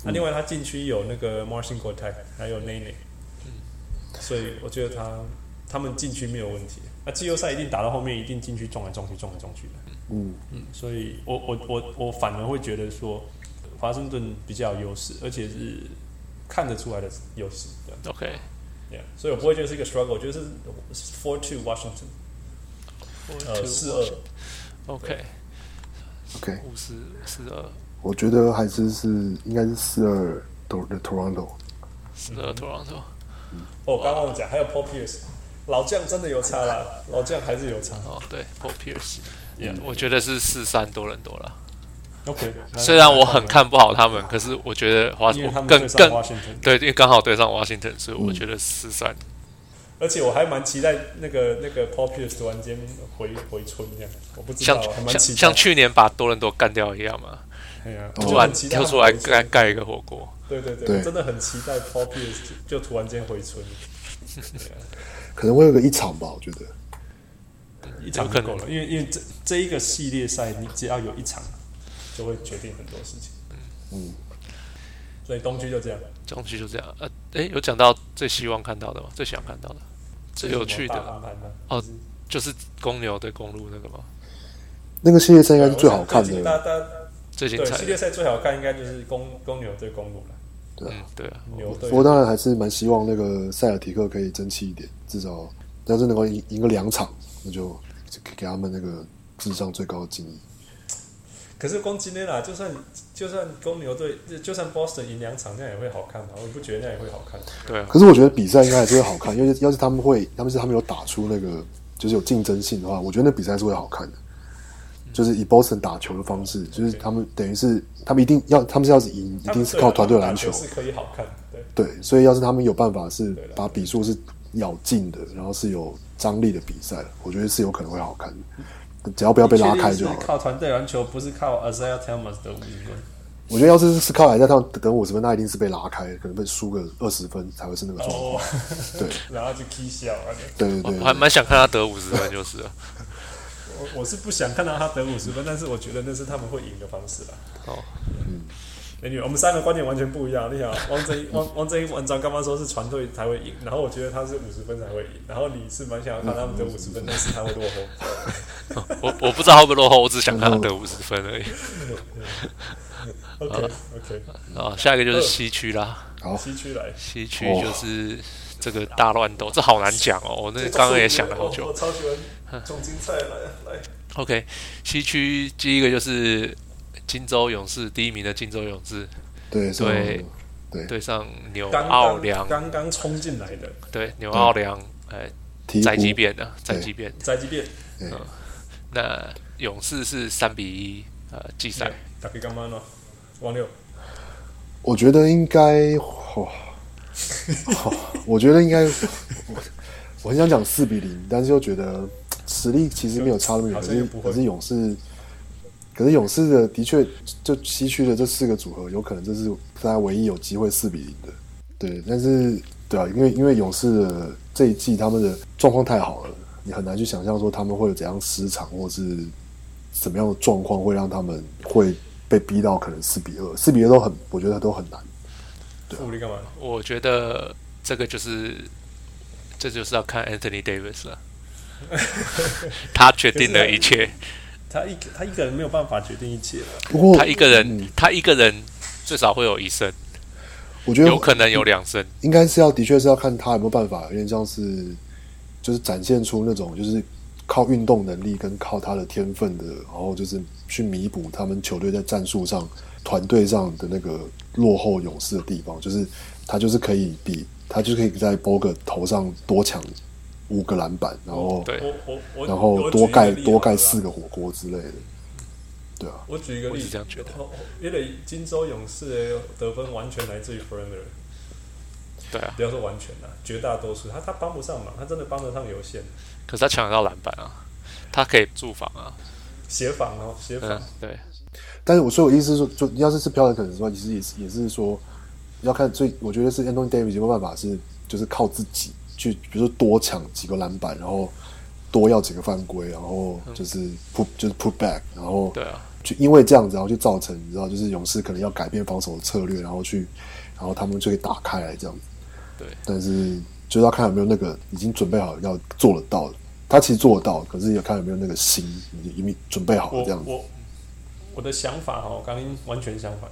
那、啊另外他禁区有那个 Marcin g o t a 还有 Nene，所以我觉得他他们禁区没有问题。那季后赛一定打到后面，一定禁区撞来撞去，撞来撞去的。
嗯，
嗯，所以我我我我反而会觉得说，华盛顿比较有优势，而且是看得出来的优势。对
OK，
对啊，所以我不会觉得是一个 struggle，我觉得是 four two Washington，呃，四二。
OK，
OK，
五十四二
我觉得还是是应该是四二的 Toronto，
四
嗯
二 Toronto。
哦，我刚忘了讲，还有 Paul Pierce，老将真的有差啦，老将还是有差。
哦，对，Paul Pierce，嗯
Yeah
我觉得是四三多伦多了。
OK，
虽然我很，看不好他们，可是我觉得华
因为他
我
们
更
对上
更
Washington。
对，因为刚好对上 Washington，所以我觉得四三。
而且我还蛮期待那个那个 Paul Pierce 突然间回回春这样，我不知道
像
啊，还蛮
像
期待。
像去年把多伦多干掉一样嘛，
哎呀，我
突
就
然
很期待
跳
他
出来哎
回春
盖盖一个火锅。
对对对，
对
我真的很期待 Paul Pierce 就突然间回春，
可能会有个一场吧，我觉得。
一场
有可
就
能
够了，因为因为这这一个系列赛，你只要有一场，就会决定很多事情。嗯，所以东区就这样，
中区就这样。呃，诶，有讲到最希望看到的吗？最想看到的，最有趣
这是什
的
么大翻盘吗？
哦，就是公牛对公路那个吗？
那个系列赛应该是最好看
我想最近
的，
大家大家
最精
对
彩
系列
的。
赛最好看应该就是公公牛对公路了，
嗯，对啊，
牛对
不过当然还是蛮希望那个塞尔提克可以争气一点，至少要是能够赢赢个两场，那就给他们那个智商最高的敬意。
可是光今天啦，就算就算公牛队，就算 Boston 赢两场，这样也会好看吧？我不觉得那样也会好看。
对啊，
可是我觉得比赛应该还是会好看，因为要是他们会，他们是他们有打出那个就是有竞争性的话，我觉得那比赛是会好看的。就是以 Boston 打球的方式，就是他们等于是他们一定要，他们是要是赢，一
他
定
们
是靠团队篮球
打。是可以好看的，对，
对，所以要是他们有办法是
对啦
把比数是咬进的，然后是有张力的比赛，我觉得是有可能会好看的。只要不要被拉开就
嗯你确定
好
是
了。
靠团队篮球，不是靠 Isaiah Thomas 的五十 分。
我觉得要是是靠来在他们等五十分，那一定是被拉开，可能被输个二十分才会是那个状况。
哦，
对，
然后就 K 笑啊！
对对对
我还
对，
蛮想哦看他得五十分就是了。
我我是不想看到他得五十分，但是我觉得那是他们会赢的方式啦。
哦，
嗯
美女，我们三个观点完全不一样。你想，汪正英汪汪正英文章刚刚说是船队才会赢，然后我觉得他是五十分才会赢，然后你是蛮想要看他们得五十
嗯
分，但是他会落后。
我我不知道他会不会落后，我只想看他得五十分而已。
OK OK，
啊，下一个就是西区啦，
好，
西区来，
西区就是这个大乱斗，这好难讲哦。我那刚刚也想了好
我
久
我。超喜欢总竞赛来啊 来，
OK，西区第一个就是金州勇士第一名的金州勇士
对是
对
对
对上纽
刚
奥
刚
良，
刚刚冲进来的
对纽奥良，呃，
鹈
宅急
鹕，
便的宅急便。
宅急便，
对
那勇士是三比一呃季赛，
打给干妈呢？王六，
我觉得应该，哇，我觉得应该，我 我很想讲四比零，但是又觉得实力其实没有差那么远，
好
可
像又
是
不会
可是勇士，可是勇士的的确，就西区的这四个组合，有可能这是大家唯一有机会四比零的，对，但是对啊，因为因为勇士的这一季他们的状况太好了，你很难去想象说他们会有怎样失常，或是什么样的状况会让他们会被逼到可能四比二，四比二都很，我觉得都很难。啊
富力干嘛？
我觉得这个就是这就是要看 Anthony Davis 了，他决定了一切。
他一他一个人没有办法决定一切了。
不过
他一个
嗯
人，他一个人最少会有一胜，
我觉得
有可
嗯
能有两胜。
应该是要，的确是要看他有没有办法，有点像是就是展现出那种就是靠运动能力跟靠他的天分的，然后就是去弥补他们球队在战术上、团队上的那个落后勇士的地方，就是他就是可以比他就是可以在 b o g 头上多抢五个篮板，然后
对
我我我，
哦然后
我举一
多
个
盖
例
多盖
好了啦
四个火锅之类的，对啊，
我举一个
我
例
是
子，
这样觉得
哦因为金州勇士的得分完全来自于 f r e n d e r
对啊，
不要说完全啦，绝大多数他他帮不上忙，他真的帮得上有限
可是他抢得到篮板啊，他可以驻防啊。
协防哦，协防、
嗯，对，
但是我所以我意思是说，就要是是飘的可能说，其实也是也是说要看，所以我觉得是 Anthony Davis 有没有办法是就是靠自己去，比如说多抢几个篮板，然后多要几个犯规，然后就是 put 就是 put back，然后
嗯对啊，
就因为这样子，然后就造成你知道，就是勇士可能要改变防守的策略，然后去，然后他们就会打开来这样子。
对
但是就是要看有没有那个已经准备好要做得到的，他其实做得到，可是也看有没有那个心已经准备好了
我
这样子。
我我的想法哦，刚刚完全相反。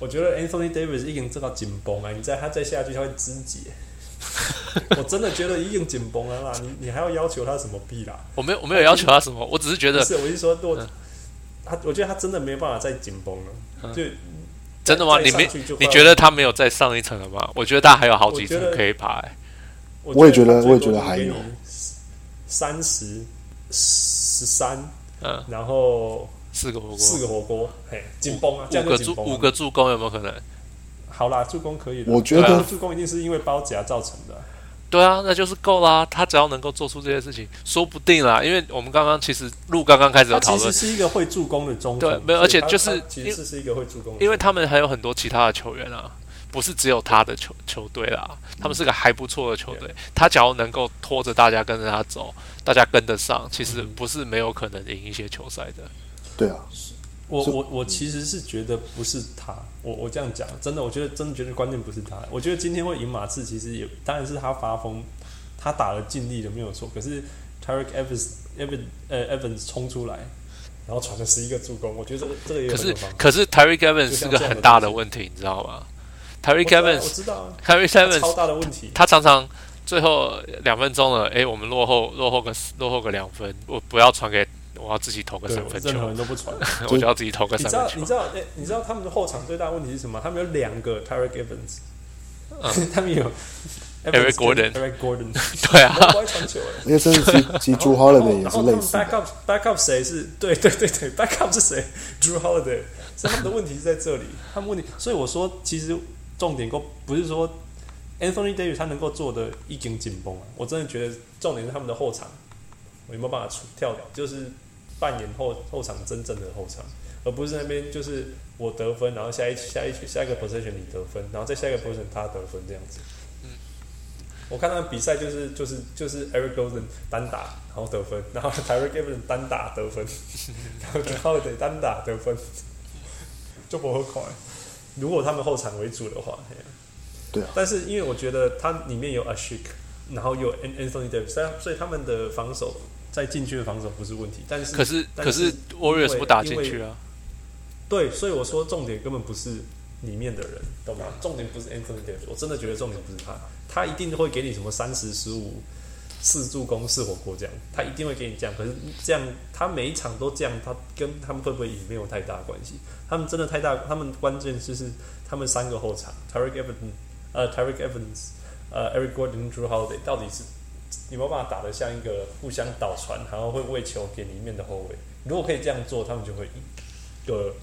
我觉得 Anthony Davis 已经这到紧绷啊，你再他再下去他会肢 解。我真的觉得已经紧绷了啦，你你还要要求他什么必啦？
我没有我没有要求他什么，我只是觉
不
得
哦是，啊我是说，
嗯
如果他我觉得他真的没办法再紧绷了，就
嗯真的吗？
再
你没
上去就快
你
要
觉得他没有再上一层了吗？我觉得他还有好几
我觉
层
得
可以爬、欸。
我
我也觉得我也觉得还有
三十十三，
嗯，
然后
四个火锅，
四个火锅，嘿，紧绷啊，这
五
样就
个
紧
助
绷啊
五个助攻有没有可能？
好啦，助攻可以的。
我觉
对
得
啊
助攻一定是因为包夹造成的啊，
对啊，那就是够啦。他只要能够做出这些事情，说不定啦。因为我们刚刚其实录刚刚开始有
他啊
啊讨
其实
论，
是一个会助攻的中锋，
对没有
所以
而且
他
就是
他其实是一个会助攻的中锋，
因为他们还有很多其他的球员啊，不是只有他的球球队啦。他们是个还不错的球队，
嗯
他只要能够拖着大家跟着他走，大家跟得上，其
嗯
实不是没有可能赢一些球赛的。
对啊，
我
是
我我其实是觉得不是他，我我这样讲，真的，我觉得真的觉得关键不是他。我觉得今天会赢马刺，其实也当然是他发疯，他打了尽力的没有错。可是 Tarek Evans Evans 呃 Evans 冲出来，然后传了十一个助攻，我觉得这个这个也有
可是
很有帮助
可是 Terry Gavin
就像
是个很大的问题，你知道吗？Terry
我
Gavin
知道啊，
Terry
我知道啊
Gavin
超大的问题。
他常常最后两分钟了，诶，我们落后落后个落后个两分，我不要传给，我要自己投个
对
三，分
任何
球，
人都不传。
我就要自己投个
你
三
知道，
分
你
球。
知道，哎、你知道 他们的后场最大的问题是什么？他们有两个 Tarek Evans，、他们有
啊 Eric Gordon
Eric Gordon，
对啊，
不会传球哎。
而且甚至其 实其实 Drew Holiday 也
然
是
后
类似
他们 back
的，
up back up 谁是对对对对 back up 是谁？Drew Holiday，所以他们的问题是在这里，他们问题，所以我说其实重点够不是说 Anthony Davis 他能够做的一经紧绷啊，我真的觉得重点是他们的后场我有没有办法出跳了，就是扮演后后场真正的后场，而不是那边就是我得分，然后下一下一下一个 position 你得分，然后再下一个 position 他得分这样子。我看他们比赛就是就是就是 Eric Golden 单打，然后得分， 然后 Tyreek Evans 单打得分， 然后 Drew Holiday 单打得分，就不会快。如果他们后场为主的话，嘿啊
对啊，
但是因为我觉得它里面有 Ashik，然后有 An- Anthony Davis，但所以他们的防守在禁区的防守不是问题，但是
可是
但
可是 Warriors 不打进
因
去
为
啊，
对，所以我说重点根本不是里面的人，懂吗？重点不是 Anthony Davis，我真的觉得重点不是他，他一定会给你什么三十十五四助攻四火锅这样，他一定会给你这样。可是这样，他每一场都这样，他跟他们会不会赢没有太大关系。他们真的太大，他们关键就是他们三个后场 t y r e k Evans，呃 t y r e k Evans，呃 Eric Gordon、Drew Holiday 到底是有没有办法打得像一个互相倒传，然后会喂球给里面的后卫？如果可以这样做，他们就会赢个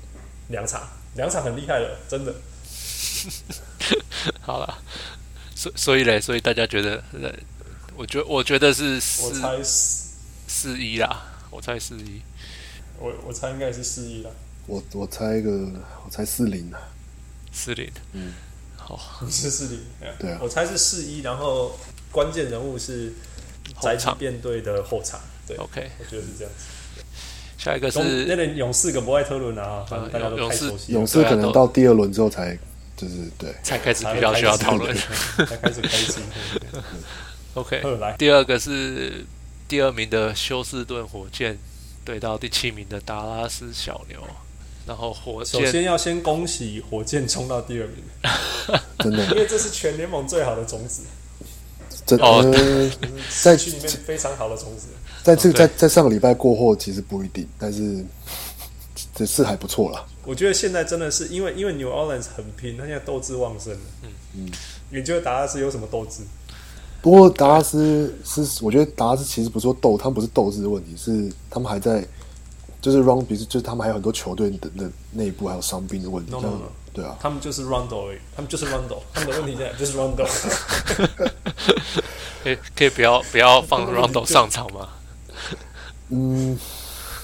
两场，两场很厉害了，真的。
好了，所所以嘞，所以大家觉得，呃我觉我觉得是
我
四
猜四，
四一啦，我猜四一，
我我猜应该也是四 一了。
我我猜一个，我猜四零啊，
四零，
嗯，
好，
你是四零，
对啊
我猜是四一，然后关键人物是宅
后
急
场
便队的后场，对，
，OK，
我觉得是这样子。
下一个
勇那
是
连勇士跟博爱特伦啊，反正大家都
勇
太
士
熟悉了
勇，士可
对
能
啊
到第二轮之后才就是对，
才开始
才
比较
开
需要
始
讨 论
才开始开 心。对
，OK，
二来
第二个是第二名的休斯顿火箭对到第七名的达拉斯小牛，然后火
首
箭
先要先恭喜火箭冲到第二名，
真
因
的
为这是全联盟最好的种子，
真
哦
呃，在
在区里面哦非常好的种子。
在这个
对
在在上个礼拜过后其实不一定，但是这是还不错啦。
我觉得现在真的是因为因为 New Orleans 很拼，他现在斗志旺盛嗯
嗯，
你觉得达拉斯有什么斗志？
不过达拉斯是，我觉得达拉斯其实不是说斗，他们不是斗志的问题，是他们还在就是 run，比如就是他们还有很多球队的的内部还有伤病的问题
No, no,
像
no.
对啊，
他们就是 Rondo，而已他们就是 Rondo，他们的问题在哪就是 Rondo。
可以可以不要不要 放
根本不
Rondo 上场 吗？
嗯，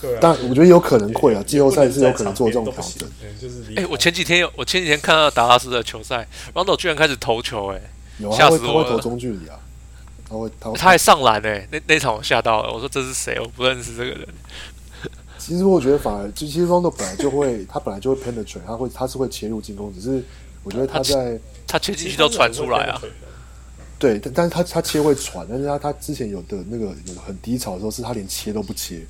对啊，
但我觉得有可能会啊，季后赛
也
是
不
有
能在
可能做这种
场边都
调
不行
整。
对就是离
哎、
开
我前几天有我前几天看到达拉斯的球赛，Rondo 居然开始投球、哎，
有啊，
吓
他会
死
他
我
会
了
投中距离啊，他会他会
他还上篮哎、那那场我吓到了，我说这是谁？我不认识这个人。
其实我觉得反而，就其实 Rondo 本来就会，他本来就会 penetrate，他会他是会切入进攻，只是我觉得他
他
在
他切进去都传出来啊，
对，但但是他他切会传，但是他他之前有的那个有的很低潮的时候，是他连切都不切，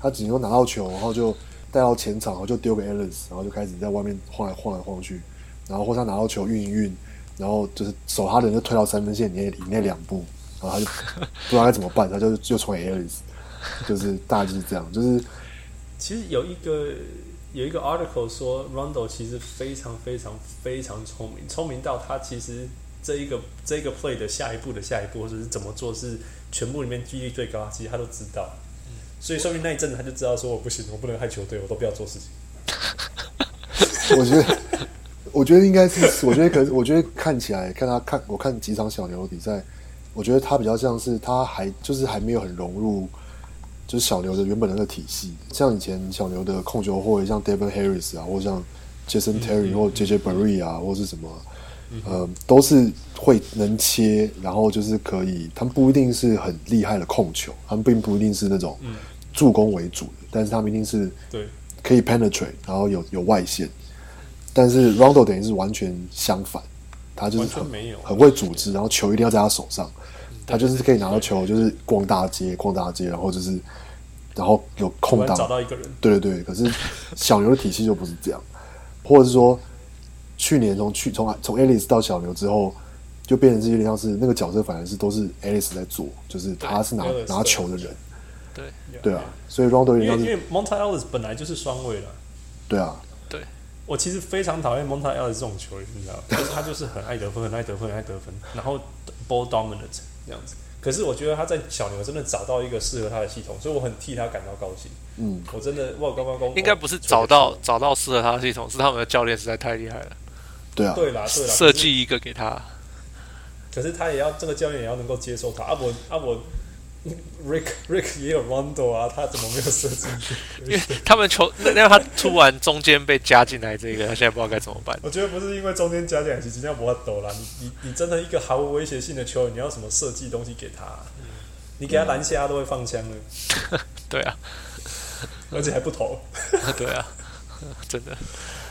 他只能够拿到球，然后就带到前场，然后就丢给 Allen，然后就开始在外面晃来晃来晃去，然后或他拿到球运一运，然后就是手他的人就推到三分线以内以内两步，然后他就不知道该怎么办，他就就传给 Allen，就是大致是这样，就是
其实有一个有一个 article 说，Rondo 其实非常非常非常聪明，聪明到他其实这一个这一个 play 的下一步的下一步，或者是怎么做是全部里面几率最高，其实他都知道。所以说明那一阵子他就知道说我不行，我不能害球队，我都不要做事情。
我觉得， 我觉得应该是，我觉得可能，我觉得看起来看他看我看几场小牛的比赛，我觉得他比较像是他还就是还没有很融入，就是小牛的原本的那个体系，像以前小牛的控球后卫像 Devin Harris 啊，或像
嗯
Jason Terry 或 JJ Berry 啊，或是什么，呃，都是会能切，然后就是可以，他们不一定是很厉害的控球，他们并不一定是那种助攻为主的，但是他们一定是
嗯对，
可以 penetrate，然后有有外线，但是 Rondo 等于是完全相反，他就是
完
很
全没有
很会组织，然后球一定要在他手上，他就是可以拿到球，就是逛大街逛大街，然后就是然后有
突
空
然
档
找到一个人，
对对对，可是小牛的体系就不是这样，或者是说，去年从去从从 Alice 到小牛之后，就变成是有点像是那个角色，反而是都是 Alice 在做，就是他是拿
Ellis
拿球的人，
对
对啊，所以 Rondo 有
因为
点像
因
是
为 Monta Ellis 本来就是双位了，
对啊，
对，
我其实非常讨厌蒙塔尔的这种球员，你知道吗？就是他就是很爱得分，很爱得分，很爱得分，然后 ball dominant 这样子。可是我觉得他在小牛真的找到一个适合他的系统，所以我很替他感到高兴。
嗯，
我真的，我刚刚刚
应该不是找到找到适合他的系统，是他们的教练实在太厉害了，
对啊，
对啦对啦
设，计一个给他。
可是可是他也要这个教练也要能够接受他啊我啊我 Rick Rick 也有 Rondo 啊，他怎么没有设计？
因为他们球那让他突然中间被加进来这个，他现在不知道该怎么办。
我觉得不是因为中间加进来，其实要不要抖啦。你你你真的一个毫无威胁性的球员，你要什么设计东西给他啊、你
嗯
给他篮下，他都会放枪的，
对啊，
而且还不投。
对啊， 真的，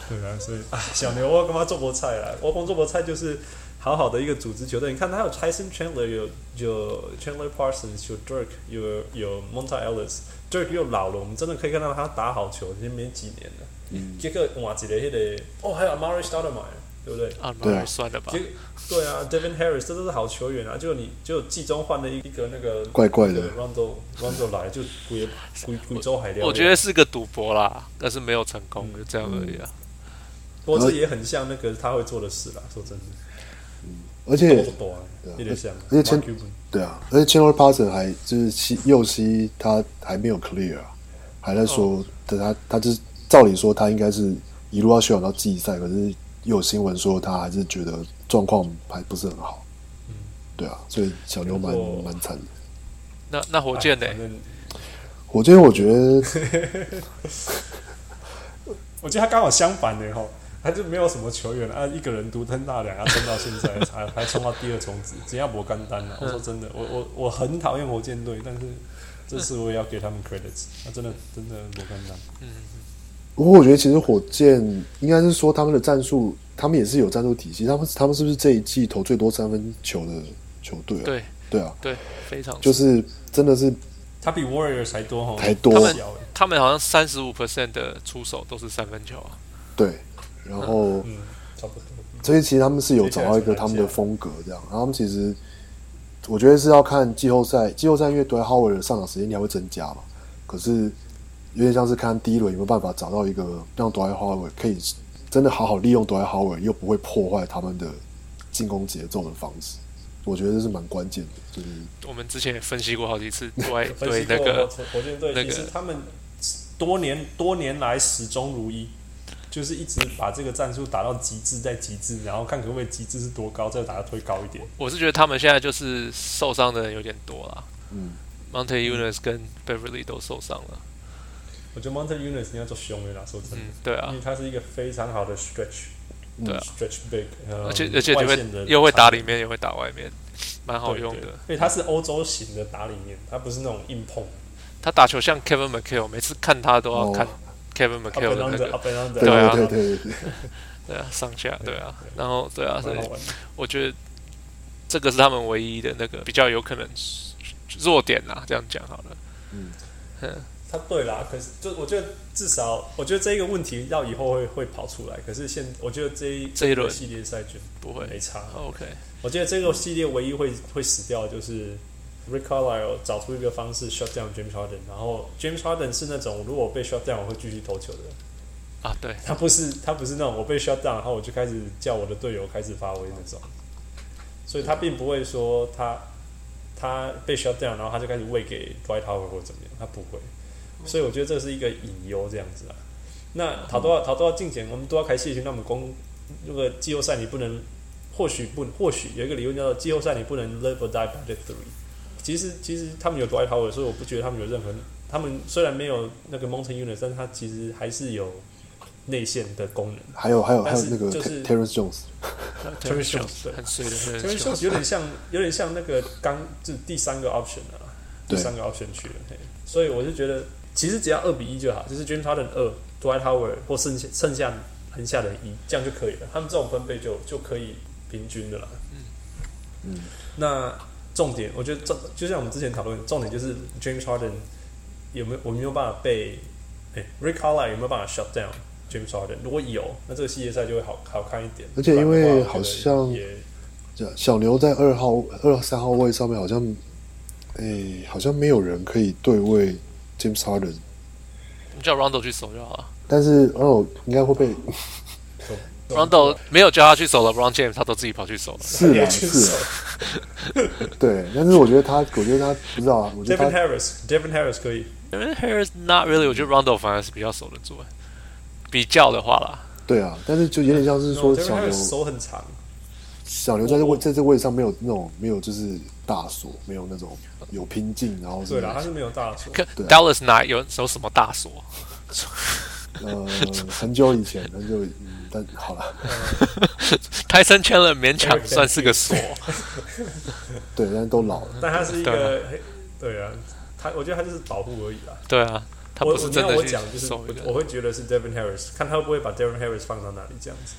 对啊，所以 啊，小牛我干嘛做菠菜啦？我光做菠菜就是好好的一个组织球队。你看，他有 Tyson Chandler，有有 Chandler Parsons，有 Dirk，有有 Monta Ellis。Dirk 又老了，我们真的可以看到他打好球，已经没几年了。
嗯，
结果哇，几个那个哦，还有 Amari Stoudemire，对不对？
啊，
对
那
啊
算了吧
结。对啊，Devin Harris 这都是好球员啊，就你就季中换了一个那个
怪怪的
对 Rondo Rondo 来就鬼鬼鬼州海量，
我觉得是个赌博啦，但是没有成
嗯
功，就这样而已啊。
不过这也很像那个他会做的事啦，说真的，
而且
不多啊
对啊，
有点像，
而且前
Mark Cuban
对啊，而且 Chandler Parson 还就是西右西他还没有 clear 啊，还在
哦
说，但他他就是照理说他应该是一路要修养到季赛，可是有新闻说他还是觉得状况还不是很好，
嗯
对啊，所以小牛蛮
不过
蛮惨的。
那那火箭呢
哎？反正
火箭我觉 得
我觉得他刚好相反的哈，他就没有什么球员啊，一个人独吞大梁，啊，撑到现在 还还冲到第二种子，只要博干单啊了、我
嗯
说真的，我我我很讨厌火箭队，但是这次我也要给他们 credits，啊，真的真的博干单。
不过我觉得其实火箭应该是说他们的战术，他们也是有战术体系，他们他们是不是这一季投最多三分球的球队、啊？
对
对啊，
对，非常
就是真的是
他比 Warriors 还多哈，
还多
他们
小欸
他们好像三十五 percent 的出手都是三分球啊。
对，然后
嗯，差不多。
所以其实他们是有找到一个他们的风格这样，然后他们其实我觉得是要看季后赛，季后赛因为 d w 威尔的上场时间应该会增加嘛，可是有点像是看第一轮有没有办法找到一个让 d w 威尔可以真的好好利用 d w 威尔，又不会破坏他们的进攻节奏的方式，我觉得这是蛮关键的，就是
我们之前也分析过好几 次，对
分析
哎对
过
那个
火火箭队，
那个
其实他们多年多年来始终如一，就是一直把这个战术打到极致，再极致，然后看可不可以极致是多高，再把它推高一点。
我是觉得他们现在就是受伤的人有点多啦。
嗯
Monte Unis 跟 Beverly 都受伤了。
我觉得 Monte Unis 应该做凶的啦，说真的，
嗯，对啊
因为，他是一个非常好的 stretch，
对啊
stretch big，、呃、
而且而且你
外线的
会又会打
长
里面，又会打外面，蛮好用
对对
的。
因为他是欧洲型的打里面，他不是那种硬碰
他打球像 Kevin McHale，每次看他都要
哦
看 Kevin
up
McHale 的
and
那
under
个，
up and under，
对
对啊
对对对，
对啊，上下对啊，然后对啊，所
蛮好
以
玩的。
我觉得这个是他们唯一的那个比较有可能弱点啦，这样讲好了。
他对啦，可是就我觉得至少，我觉得这一个问题到以后会会跑出来。可是现我觉得这一
这一轮
系列赛就
不
没
会哦
差。
，OK，
我觉得这个系列唯一会 会死掉的就是 Rick Carlisle 找出一个方式 shut down James Harden，然后 James Harden 是那种如果我被 shut down 我会继续投球的人，
啊，对，
他不是他不是那种我被 shut down 然后我就开始叫我的队友开始发威那种，所以他并不会说他他被 shut down 然后他就开始喂给 Dwight Howard 或者怎么样，他不会，所以我觉得这是一个隐忧这样子啊。那讨多少讨多少进前，我们都要开戏群，那我们公那个季后赛你不能，或许不或许有一个理论叫做季后赛你不能 live or die by the three。其实其实他们有 Dwight Howard，所以我不觉得他们有任何，他们虽然没有那个 Mountain Unit，但是他其实还是有内线的功能。
还有还有还
但
有
是
那个
就是
Terrence Jones，
Terry Jones，对
很碎的 Terry
Terry
Jones，
Jones 有点像，有点像那个刚就是第三个 option 啊，第
对
三个 option 去了。嘿所以我就觉得，其实只要二比一就好，就是 James Harden 二，Dwight Howard 或剩下剩下横下的一，这样就可以了。他们这种分配就就可以平均的啦。
嗯，
那重点，我觉得重就像我们之前讨论，重点就是 James Harden 有没有我们有没有办法被哎、Rick Carlisle 有没有办法 shut down James Harden？如果有，那这个系列赛就会好好看一点。
而且因
不然的
为
话
好
可能
像
也
这样小牛在二号、二三号位上面好像，诶、好像没有人可以对位 James Harden，
你叫 Rondo 去守就好了。啊
但是 r o 应该会被
懂
Rondo 没有叫他去守了 r o n James 他都自己跑去守了。
是
也
啊
去
是
守
啊，对。但是我觉得他，我觉得他不知道啊，我觉得
Devin
他
Harris，Devin Harris 可以，
Aaron Harris not really，我觉得 Rondo 反而是比较守得住。比较的话啦，
对啊，但是就有点哦像是
No，
说
Devin
小刘
Harris 手很长，
小刘在这位在这位上没有那种没有就是大锁，没有那种有拼劲，然后是
对啦，他是没有大手，
可
对啊
Dallas 哪有有什么大锁？
呃很久以前很久以嗯，但好了，
泰森圈了勉强
Eric
算是个锁，
对，但是都老了，
但他是一个，嘿对啊，他我觉得他就是保护而已啦。
对啊，他
我我
不是
没
真
有
的
我
去
讲就是
守一
我
个。
会觉得是 Devin Harris，看他会不会把 Devin Harris 放到哪里这样子。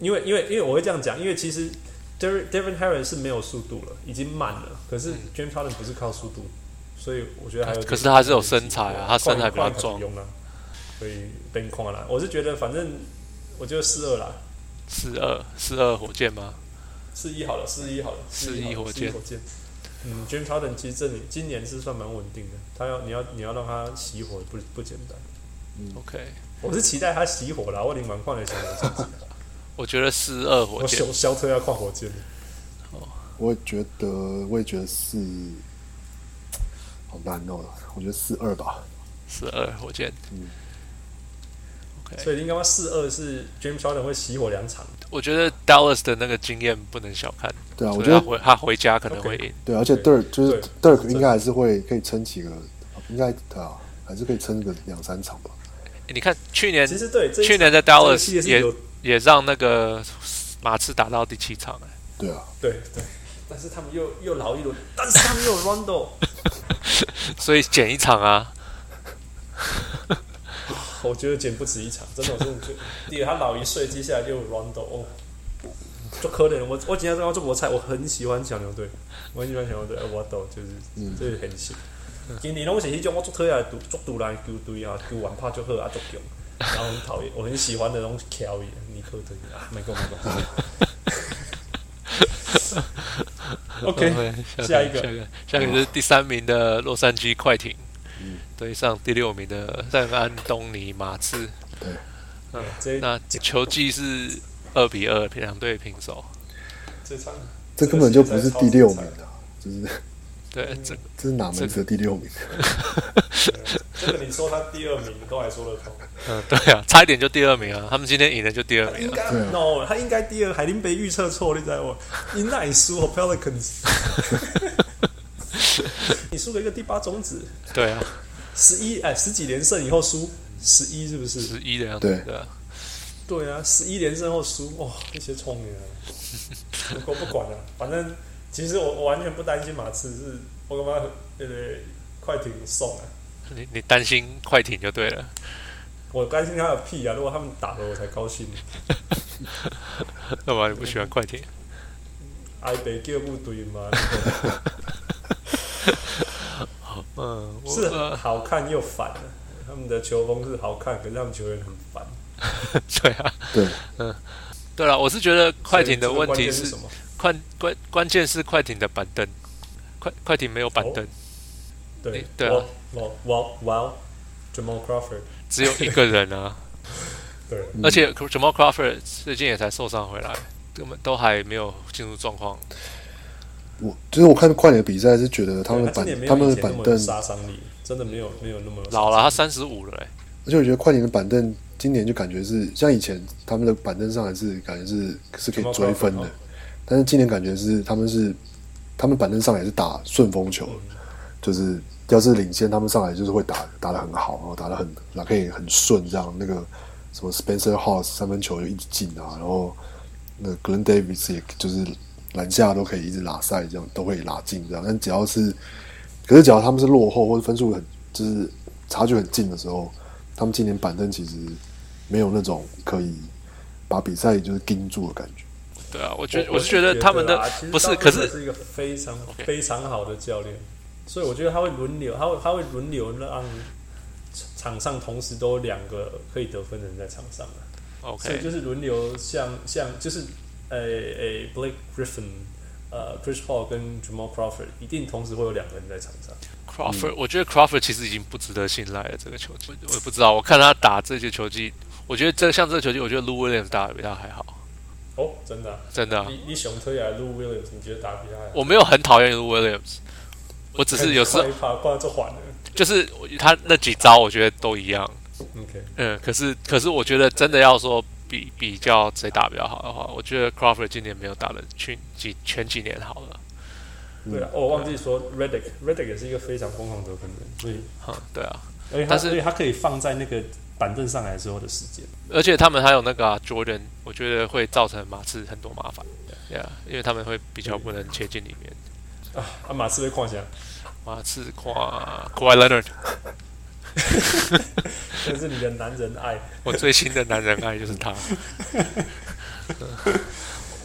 因为因为因为我会这样讲，因为其实 Devin Devin Harris 是没有速度了，已经慢了。可是 James Harden 不是靠速度，所以我觉得还有。
嗯可是他还是有身材啊他身材比较壮
用啊，所以被框了啦。我是觉得反正我觉得四二啦，
四二四二火箭吗？
四一好了，四一好了，
四
一
一
好了
火
四
箭
一火箭。嗯，James Harden 其实这里今年是算蛮稳定的，他要你要你要让他熄火不不简单。嗯
OK，
我是期待他熄火啦，我领完矿的想火箭。
我觉得四二 火
我
箭
小小车要跨火箭了，
我也觉得我也觉得是好难哦，我觉得四二吧，
四二火箭。
嗯
OK，
所以应该四二是 James Harden 会熄火两场，
我觉得 Dallas 的那个经验不能小看，
对啊，
所
我
以
觉
他
得
回他回家可能
OK
会赢。
对，啊而且 Dirk 就是 Dirk 应该还是会可以撑几个，应该对啊，还是可以撑个两三场吧。
诶你看去年
其实对这一
去年在
这个
Dallas
系列是
也
有
也让那个马刺打到第七场、欸，
对啊，
对对，但是他们又又老一轮，但是他们又有 Rondo，
所以减一场啊。
我觉得简不止一场， 真的我真的觉得，第一他老一岁，接下来又有 Rondo，哦，就可能我我今天刚刚做菠菜，我很喜欢小牛队，我很喜欢小牛队，我懂，就是
嗯
这是很喜，今年拢是迄种我做讨厌的赌做赌篮球队啊，球玩拍就好啊，足强。然后很讨厌，我很喜欢的东西 c a r 尼克队啊，没够没够。OK，下一个
下一个，下一个是第三名的洛杉矶快艇，
嗯
对上第六名的圣安东尼马刺。
这
那球季是二比二，两队平手。
这场
这根本就不是第六名啊，就是
对，
嗯
这
这是哪门子的第六名？
这个你说他第二名都还说得通，
嗯，对啊，差一点就第二名啊。他们今天赢了就第二名
应
了。
该
对啊
no，他应该第二。海林杯预测错，你知道吗？赢那你输哦 Pelicans，你输了一个第八种子，
对啊，
十一哎十几连胜以后输十一是不是？
十一的样子。
对
对啊，
对啊，十一连胜后输，哇、一些聪明啊！我不管了、反正其实我我完全不担心马刺，是我干嘛呃快艇送啊，
你你担心快艇就对了。
我担心他的屁啊！如果他们打了我才高兴。
干嘛你不喜欢快艇？
爱北叫部队嘛，
嗯，我
是
呃
好看又烦啊他们的球风是好看，可是他们球员很烦。
对啊，
对，
对了，我是觉得快艇的
所以这
问
个
题
关键是
是
什么？
关关关键是快艇的板凳，快快艇没有
哦
板凳，
对
对啊
我我我我 Jamal Crawford，
只有一个人啊。
对，
而且 Jamal Crawford 最近也才受伤回来，根本都还没有进入状况。
我就是我看快点比赛是觉得他们
对
的
今
板
年没
他
有
们
以前那
的
么
板
有
凳，
杀伤力，真的没有没有那么有杀伤力
老了，他三十五了、欸，
而且我觉得快点的板凳今年就感觉是像以前他们的板凳上还是感觉是是可以追分的，但是今年感觉是他们是他们板凳上来是打顺风球，就是要是领先他们上来就是会打打得很好，然后打得很打可以很顺这样，那个什么 Spencer House 三分球就一直进啊，然后那 Glenn Davis 也就是篮下都可以一直拉塞这样，都可以拉进这样，但只要是可是只要他们是落后或者分数很就是差距很近的时候，他们今年板凳其实没有那种可以把比赛就是盯住的感觉。
对啊，我觉得
我
是觉得他们的
我是觉得啊
不
其
是，
实
可
Doc Rivers
是
是一个非常
OK
非常好的教练，所以我觉得他会轮流，他会他会轮流让场上同时都有两个可以得分的人在场上啊所以
OK
就是轮流像像就是呃呃 Blake Griffin。呃，Chris Paul 跟 Jamal Crawford 一定同时会有两个人在场上，
Crawford，、我觉得 Crawford 其实已经不值得信赖了。这个球季，我也不知道，我看他打这些球季，我觉得这像这个球季，我觉得 Lou Williams 打的比他还好，
哦，真的、啊，
真的啊、
你你熊推来录 Williams，你觉得打比他还好？
我没有很讨厌 Lou Williams，我只是有时候
很快怕，不然就缓了。
就是我他那几招，我觉得都一样。
OK，
嗯，可是可是，我觉得真的要说比比较谁打比较好的话，我觉得 Crawford 今年没有打的去几前几年好了。
对了，哦，我忘记说 Redick，Redick 也是一个非常疯狂的得分人，所以
嗯，对啊，
而且他
但是
所以他可以放在那个板凳上来之后的时间。
而且他们还有那个、啊、Jordan，我觉得会造成马刺很多麻烦。对啊，因为他们会比较不能切进里面。
啊，啊马刺被框起来，
马刺跨 k a w i Leonard，
这是你的男人爱。
我最新的男人爱就是他。 嗯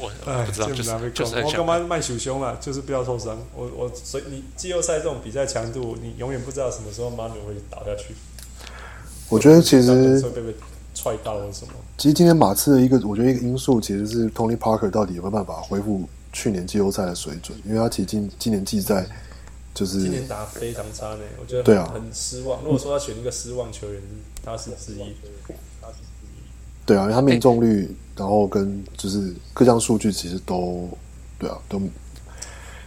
我我不知道，
哎这
就是
哪被
就是
控
很
我干
想
嘛卖球胸啦？就是不要受伤。我我所以你季后赛这种比赛强度，你永远不知道什么时候 Manu 会倒下去。
我觉得其
会
实
被被踹到或什么。
其实今天马刺的一个，我觉得一个因素其实是 Tony Parker 到底有没有办法恢复去年季后赛的水准，因为他其实今今年季赛就是
今年打得非常差呢，我觉得
对啊
很失望。如果说要选一个失望球员，他是之一。
对啊，因为他命中率，然后跟就是各项数据其实都对啊，都然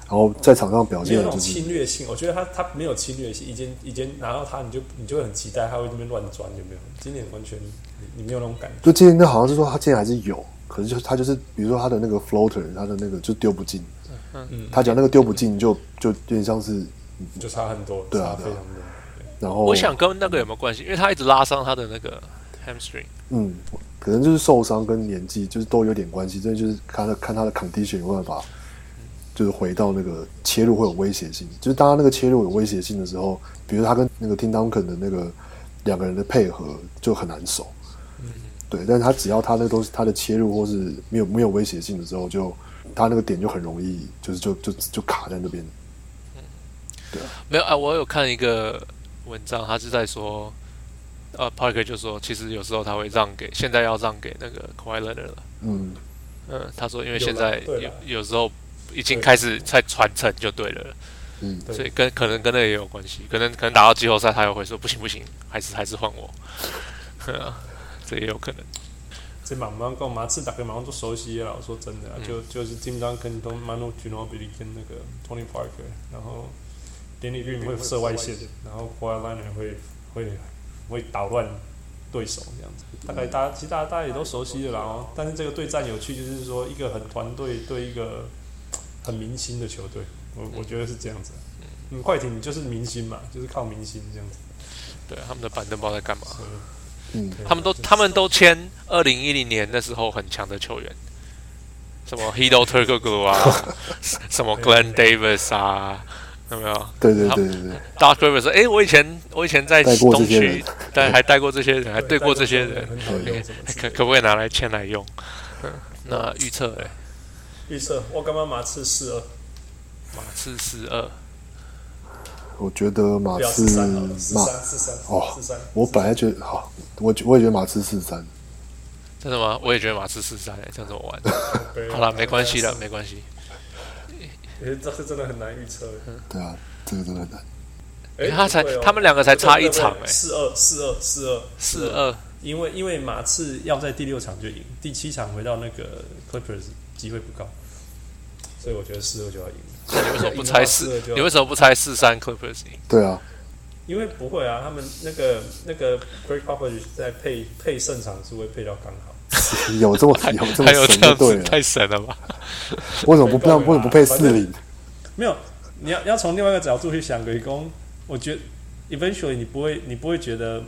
后在场上表
没有
现
那
就
种
是
侵略性，我觉得他他没有侵略性，以前以前拿到他你就你就会很期待他会这边乱钻，有没有？今年完全你你没有那种感觉，
就今年那好像是说他今年还是有，可是就是他就是比如说他的那个 floater，他的那个就丢不进，
嗯
他只要那个丢不进就就有点像是
就差很多，
对啊
差非常多。对
然后
我想跟那个有没有关系？因为他一直拉伤他的那个 hamstring。
嗯，可能就是受伤跟年纪就是都有点关系，真的就是看他看他的 condition 有没有办法，就是回到那个切入会有威胁性。就是当他那个切入有威胁性的时候，比如他跟那个 Tim Duncan 的那个两个人的配合就很难守。对，但是他只要他那个东西，他的切入或是没有没有威胁性的时候就，他那个点就很容易就是就就就卡在那边。
没有啊，我有看一个文章，他是在说，呃，Parker 就说，其实有时候他会让给，现在要让给那个 k a w i Leonard 了。
嗯，
嗯，他说因为
有
现
啦
在
对
有
啦
有时候已经
对
开始在传承就对了，
嗯
对
所以跟可能跟那个也有关系，可能可能打到季后赛他又会说不行不行，还是还是换我， 对啊，这也有可能。
这马上跟马刺打跟马上都熟悉了。我说真的啊、
嗯
就就是 Tim Duncan 跟 Manu Ginobili 跟那个 Tony Parker，然后 Danny Green 会射外线，然后 k a w i l i n e r 会会会捣乱对手这样子。大
嗯
概大家其实大家大家也都熟悉了啦哦。但是这个对战有趣，就是说一个很团队对一个很明星的球队，
嗯
我我觉得是这样子啊。你快艇你就是明星嘛，就是靠明星这样子。
对，他们的板凳不知道在干嘛，
所以
嗯
对
他们都他们都签二零一零年那时候很强的球员，什么 Hito Turkoglu 啊，什么 Glenn Davis 啊，有没有？
对对
他
对对对，
Doc Rivers 说：“哎、我以前我以前在
带过这
东
些人
区，但还带过这些人，还
对
对过这些人，
很讨厌什么之类的
可可不可以拿来签来用？”嗯，那预测哎，
预测我干嘛马刺四二。
马刺四二，
我觉得马
不要
刺
四三好了，四
马
三四三
哦
四三，
我本来觉得好，我觉我也觉得马刺四三。
真的吗？我也觉得马刺四三哎，这样怎么玩？好
了
了，没关系的，没关系。
这是真的很难预测。
对啊，这个真的很难。
哎
他才他们两个才差一场哎
四二四二四二
四，二，
因为因为马刺要在第六场就赢，第七场回到那个 Clippers 机会不高，所以我觉得四二就要赢。
那你为什么不猜
赢到
四
四二？就
你为什么不猜四三 Clippers 赢？
对啊，
因为不会啊，他们那个那个 Greg Popovich 在配配胜场数会配到刚好。
有这么有这么
还有这
神就
样
对
子，
了，
太神了吧？
为什么不配？
太
为什么不配四零？
没有，你要要从另外一个角度去想，鬼公，我觉得 eventually 你不会你不会觉得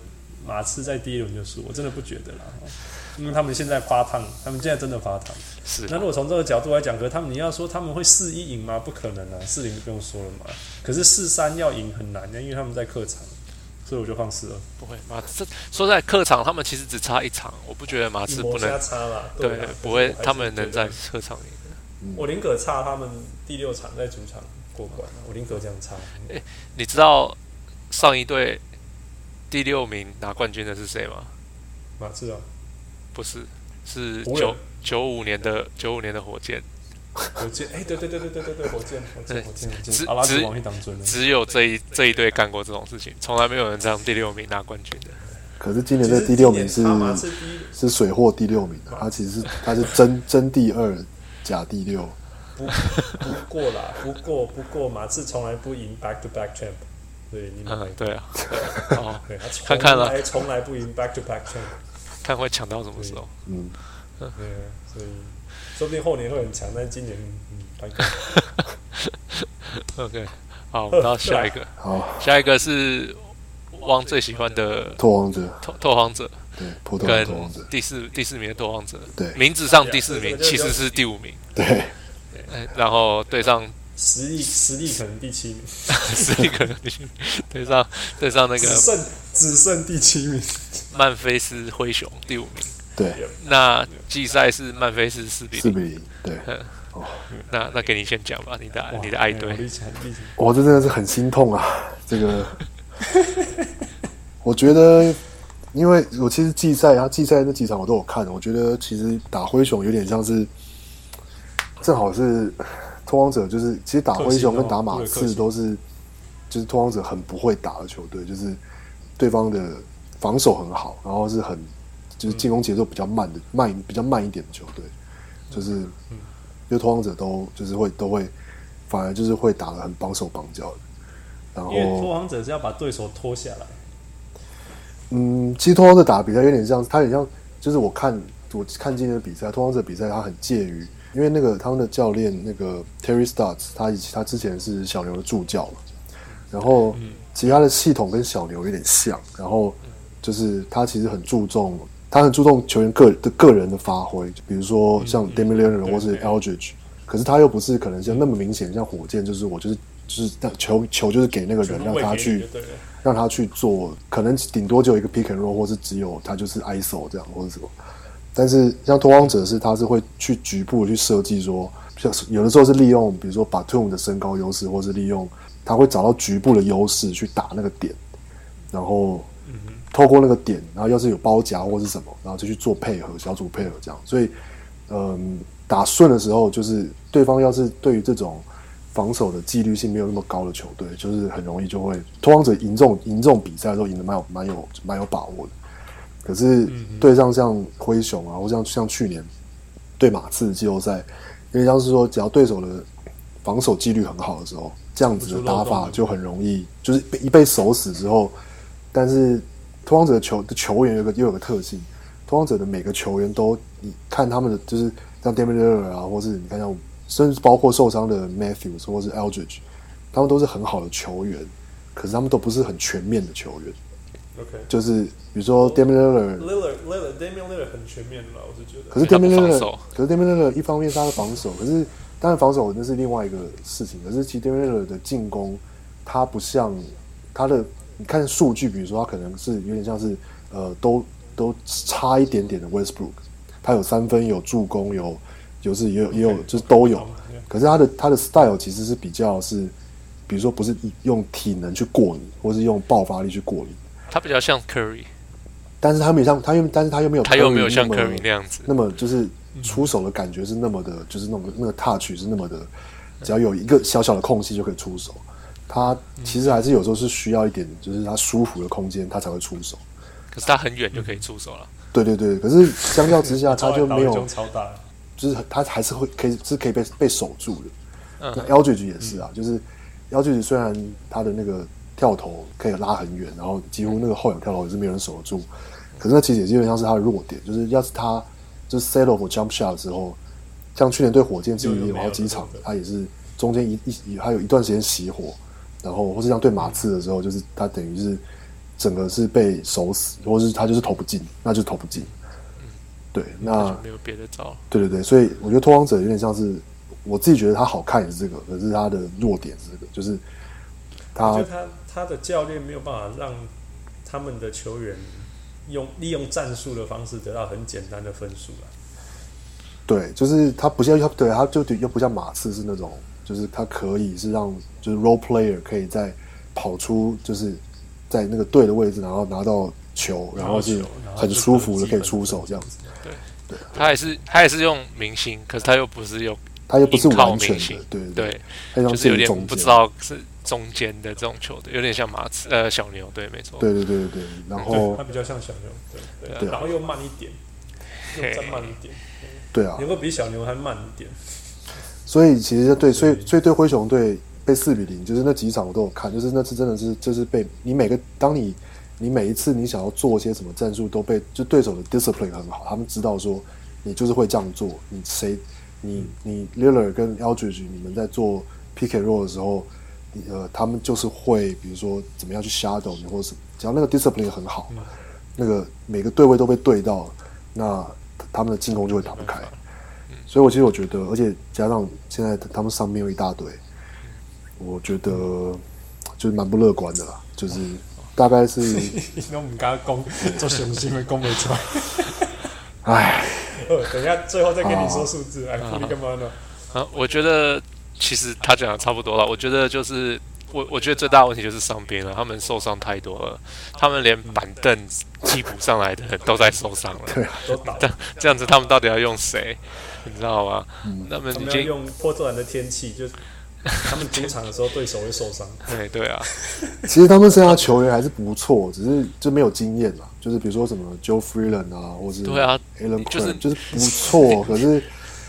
马刺在第一轮就输，我真的不觉得啦，哦因为他们现在发烫，他们现在真的发烫。
是
那如果从这个角度来讲，可是他们你要说他们会四一赢吗？不可能啊，四零就不用说了嘛。可是四三要赢很难，啊因为他们在客场，所以我就放四二，
不会马刺说在客场，他们其实只差一场，我不觉得马刺不能
差啦，
对，不会，他们能在客场赢。
我宁可差他们第六场在主场过关，我宁可这样差。
你知道上一队第六名拿冠军的是谁吗？
马刺啊，
不是，是
湖人
九九五年的九五年的火箭。
火箭，哎、对对对对对对对，火箭，火箭，火箭，火
只
箭，阿拉斯
只
王一党尊了。
只有这一这一队干过这种事情，从来没有人这样第六名拿冠军的。
可是今年的第六名
其实
是
今年他妈是第一
是水货第六名啊，他其实是他是真真第二，假第六。
不不过啦，不过不过马刺从来不赢 back to back champ，所以你们、
嗯，对 啊，对哦，
对他从
看看啦
来哎从来不赢 back to back champ，
看会抢到什么时候。
嗯，
对啊，所以说不定后年会很强，但是今年嗯，大概
OK，好，我们到下 一个，
好，
下一个是汪最喜欢的
拓王者
拓拓荒者
对，普通的
跟
拓王者
第四第四名的拓荒者，
对
名字上第四
对
名
这个就
其实是第五名，
对，
哎然后 对上
实力实力可能第七名，
是一个对上对上那
只
个
剩只剩第七名，
曼菲斯灰熊第五名，
对，
那季赛是曼菲斯四比
四
零，
比零，对，
那那给你先讲吧，你的啊你的
哇
爱
我
队
力强力强
我这真的是很心痛啊！ 这个，我觉得，因为我其实季赛啊，季赛那几场我都有看，我觉得其实打灰熊有点像是，正好是拓荒者，就是其实打灰熊跟打马刺都是，就是拓荒者很不会打的球队，就是对方的防守很好，然后是很就是进攻节奏比较慢的慢比较慢一点的球队，就是因为拓荒者都就是会都会，反而就是会打得很绑手绑脚的。然
因为拓
后，
荒者是要把对手拖下来，
嗯，其实拓荒者打的比赛有点像，他很像，就是我看我看今天的比赛，拓荒者比赛他很介于，因为那个他们的教练那个 Terry Stotts，他以他之前是小牛的助教嘛，然后其实他的系统跟小牛有点像，然后就是他其实很注重，他很注重球员个的个人的发挥，比如说像 d e m i l i n 或是
嗯对
Aldridge，可是他又不是可能像那么明显，像火箭就是我就是就是让球球就是给那个人
全
让
部喂
他
给你
去
就对了。
让他去做，可能顶多就有一个 pick and roll，或是只有他就是 ISO 这样或者什么。但是像拓荒者是，他是会去局部去设计说，像是有的时候是利用，比如说把 t o m 的身高优势，或是利用他会找到局部的优势去打那个点，然后透过那个点，然后要是有包夹或是什么，然后就去做配合，小组配合这样。所以，嗯，打顺的时候，就是对方要是对于这种防守的纪律性没有那么高的球队，就是很容易就会拓荒者赢这种赢这种比赛的时候赢得蛮有蛮有蛮有把握的。可是对上像灰熊啊，或像像去年对马刺季后赛，因为像是说，只要对手的防守纪律很好的时候，这样子的打法就很容易，就是被一被守死之后，但是拓荒者的球的球员有个又有个特性，拓荒者的每个球员都，你看他们的就是像 d a m i l l e r 啊，或是你看像甚至包括受伤的 Matthews 或是 Eldridge，他们都是很好的球员，可是他们都不是很全面的球员，
OK，
就是比如说 d a m i l l e r
Lillard Lillard Damian Lillard 很全面了，我是觉得
可。是 d a m i l
他
l
不
e
防
r
守
可是 d a m i l l e r 一方面是他的防守，可是当然防守那是另外一个事情。可是其实 d a m i l l e r 的进攻，他不像他的，你看数据，比如说他可能是有点像是呃，都都差一点点的 Westbrook，他有三分，有助攻，有有是也有也有
OK，
就是都有
好，yeah。
可是他的他的 style 其实是比较是，比如说不是用体能去过你，或是用爆发力去过你，
他比较像 Curry，
但是他没有像他又但是他又没有
他又没有像
那么
Curry 那样子，
那么就是出手的感觉是那么的，就是那种那个 touch 是那么的，只要有一个小小的空隙就可以出手。他其实还是有时候是需要一点，就是他舒服的空间，他才会出手。
可是他很远就可以出手了。
对对对，可是相较 之下，他就没有
中超大了，
就是他还是会可以是可以被被守住的
嗯。
那 L 举举也是啊，就是 L 举举虽然他的那个跳投可以拉很远，然后几乎那个后仰跳投也是没有人守得住，可是那其实也基本上是他的弱点，就是要是他就是 set off or jump shot 之后，像去年对火箭其实也有好几场，他也是中间一一一还有一段时间熄火，然后或是像对马刺的时候，就是他等于是整个是被守死，或是他就是投不进，那就投不进。对，那
他就没有别的招了。
对对对，所以我觉得《拓荒者》有点像是我自己觉得它好看也是这个，可是它的弱点是这个，就是
就
它
他他的教练没有办法让他们的球员用利用战术的方式得到很简单的分数啊了。
对，就是它不像对，它就又不像马刺是那种，就是它可以是让就是 role player 可以在跑出就是在那个对的位置，然后拿到球，然后是
球然后
很
就
舒服的
基
可以
本
出手这样子。
分数
他也是他也是用明星，可是他又不是用
他又不是
硬靠
完全
明星
的，对，
对，
他像
就是有
是
点
中
不知
间，
道是中间的这种球队，有点像马刺呃小牛，对，没错，
对对对对对，然
对，
后
它比较像小牛，对对，
哦对啊
然后又慢一点，又
嘿
再慢一点，
对啊
能，够比小牛还慢一点，
所以其实对，所以
对
所以对灰熊队被四比零，就是那几场我都有看，就是那次真的是就是被你每个当你你每一次你想要做些什么战术都被就对手的 discipline 很好，他们知道说你就是会这样做，你谁你你 l i l l a r 跟 Aldridge 你们在做 pick and roll 的时候，你呃他们就是会比如说怎么样去 shadow 你或者什么，只要那个 discipline 很好，那个每个对位都被对到，那他们的进攻就会打不开。所以我其实我觉得，而且加上现在他们上面有一大堆，我觉得就是蛮不乐观的啦。就是大概是，
那我们刚刚 攻做雄心会攻不出来。
唉，
呃等一下最后再跟你说数字，哎，库里干嘛呢？
啊，我觉得其实他讲的差不多了。我觉得就是我，我觉得最大的问题就是伤兵了，他们受伤太多了，他们连
嗯
板凳替补上来的人都在受伤 了。
啊
都倒，
这这样子，他们到底要用谁？你知道吗？
嗯
他们
他
已
们要
经
用波特兰的天气， 就他们主场的时候对手会受伤，
对对啊，
其实他们剩下球员还是不错，只是就没有经验啦。就是比如说什么 Joe Freeland 啊，或是
对啊
Alan
就是
Quinn，就是不错，可是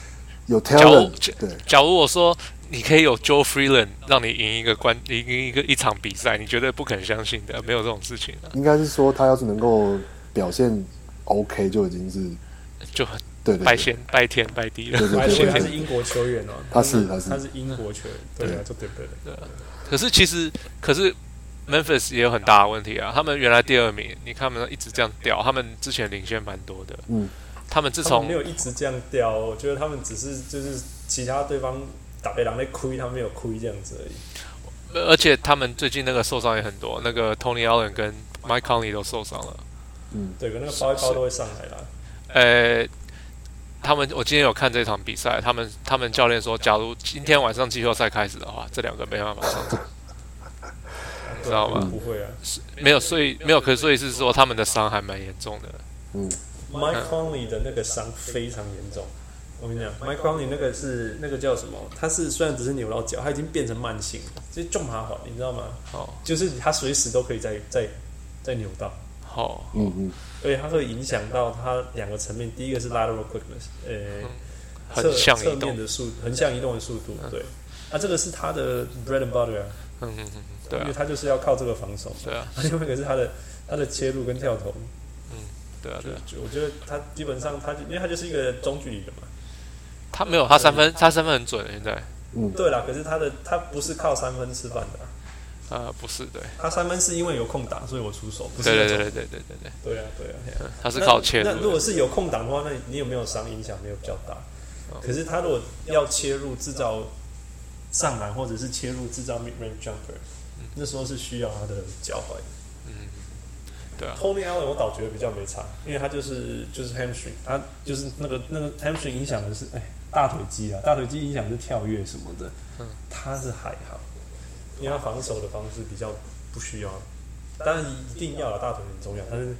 有
假如
talent，
假
对，
假如我说你可以有 Joe Freeland 让你赢一个关赢一个一场比赛，你绝对不肯相信的，没有这种事情啊，
应该是说他要是能够表现 OK 就已经是
就很
对对
拜
对
天拜天拜地了。
对
白人
对对
他
对
是英国球员哦，
他是
他
他是
他是英国球员，对啊，就对不对？
可是其实，可是 Memphis 也有很大的问题啊。他们原来第二名，你看他们一直这样掉，他们之前领先蛮多的。
嗯，
他们自
他们
从
没有一直这样掉哦，我觉得他们只是就是其他对方打被狼在亏，他们没有亏这样子而已。
呃而且他们最近那个受伤也很多，那个 Tony Allen 跟 Mike Conley 都受伤了。
对，可那个包一包都会上来啦。
呃，他们我今天有看这场比赛，他们他们教练说，假如今天晚上季后赛开始的话，这两个没办法上场，知道吗？
嗯
不会啊
没有，所以没有，可是所以是说他们的伤还蛮严重的。
嗯，
，Mike Conley 的那个伤非常严重。我跟你讲，Mike Conley 那个是那个叫什么？他是虽然只是扭到脚，他已经变成慢性了，就是重麻烦，你知道吗？
哦，
就是他随时都可以再再再扭到，
好、
嗯嗯。
而且它会影响到他两个层面，第一个是 lateral quickness，呃，
横
侧
向
侧
嗯移动
面的速，横向移动的速度，对。啊，这个是他的 bread and butter 啊，
嗯嗯嗯，对
因
啊
为，他就是要靠这个防守。
对啊，
啊另外一个是他的他的切入跟跳投，
对啊，对啊。
就我觉得他基本上他就因为他就是一个中距离的嘛，
他没有，他三分，他三分很准。现在，
对啦，可是他的他不是靠三分吃饭的啊、
呃，不是，对，
他三分是因为有空档所以我出手，不是
对
那种
对对对对对对对，
对啊对啊，对啊
嗯他是
那
靠切
那如
入
果
的，
是有空档的话，那你有没有伤影响没有比较大？
哦
可是他如果要切入制造上篮，或者是切入制造 mid range jumper，、那时候是需要他的脚踝。
嗯，对啊
Tony Allen 我倒觉得比较没差，因为他就是就是 hamstring，他就是那个那个 hamstring 影响的是哎大腿肌啊，大腿肌影响是跳跃什么的，
嗯
他是还好，因为他防守的方式比较不需要，当然一定要了，大腿很重要，但是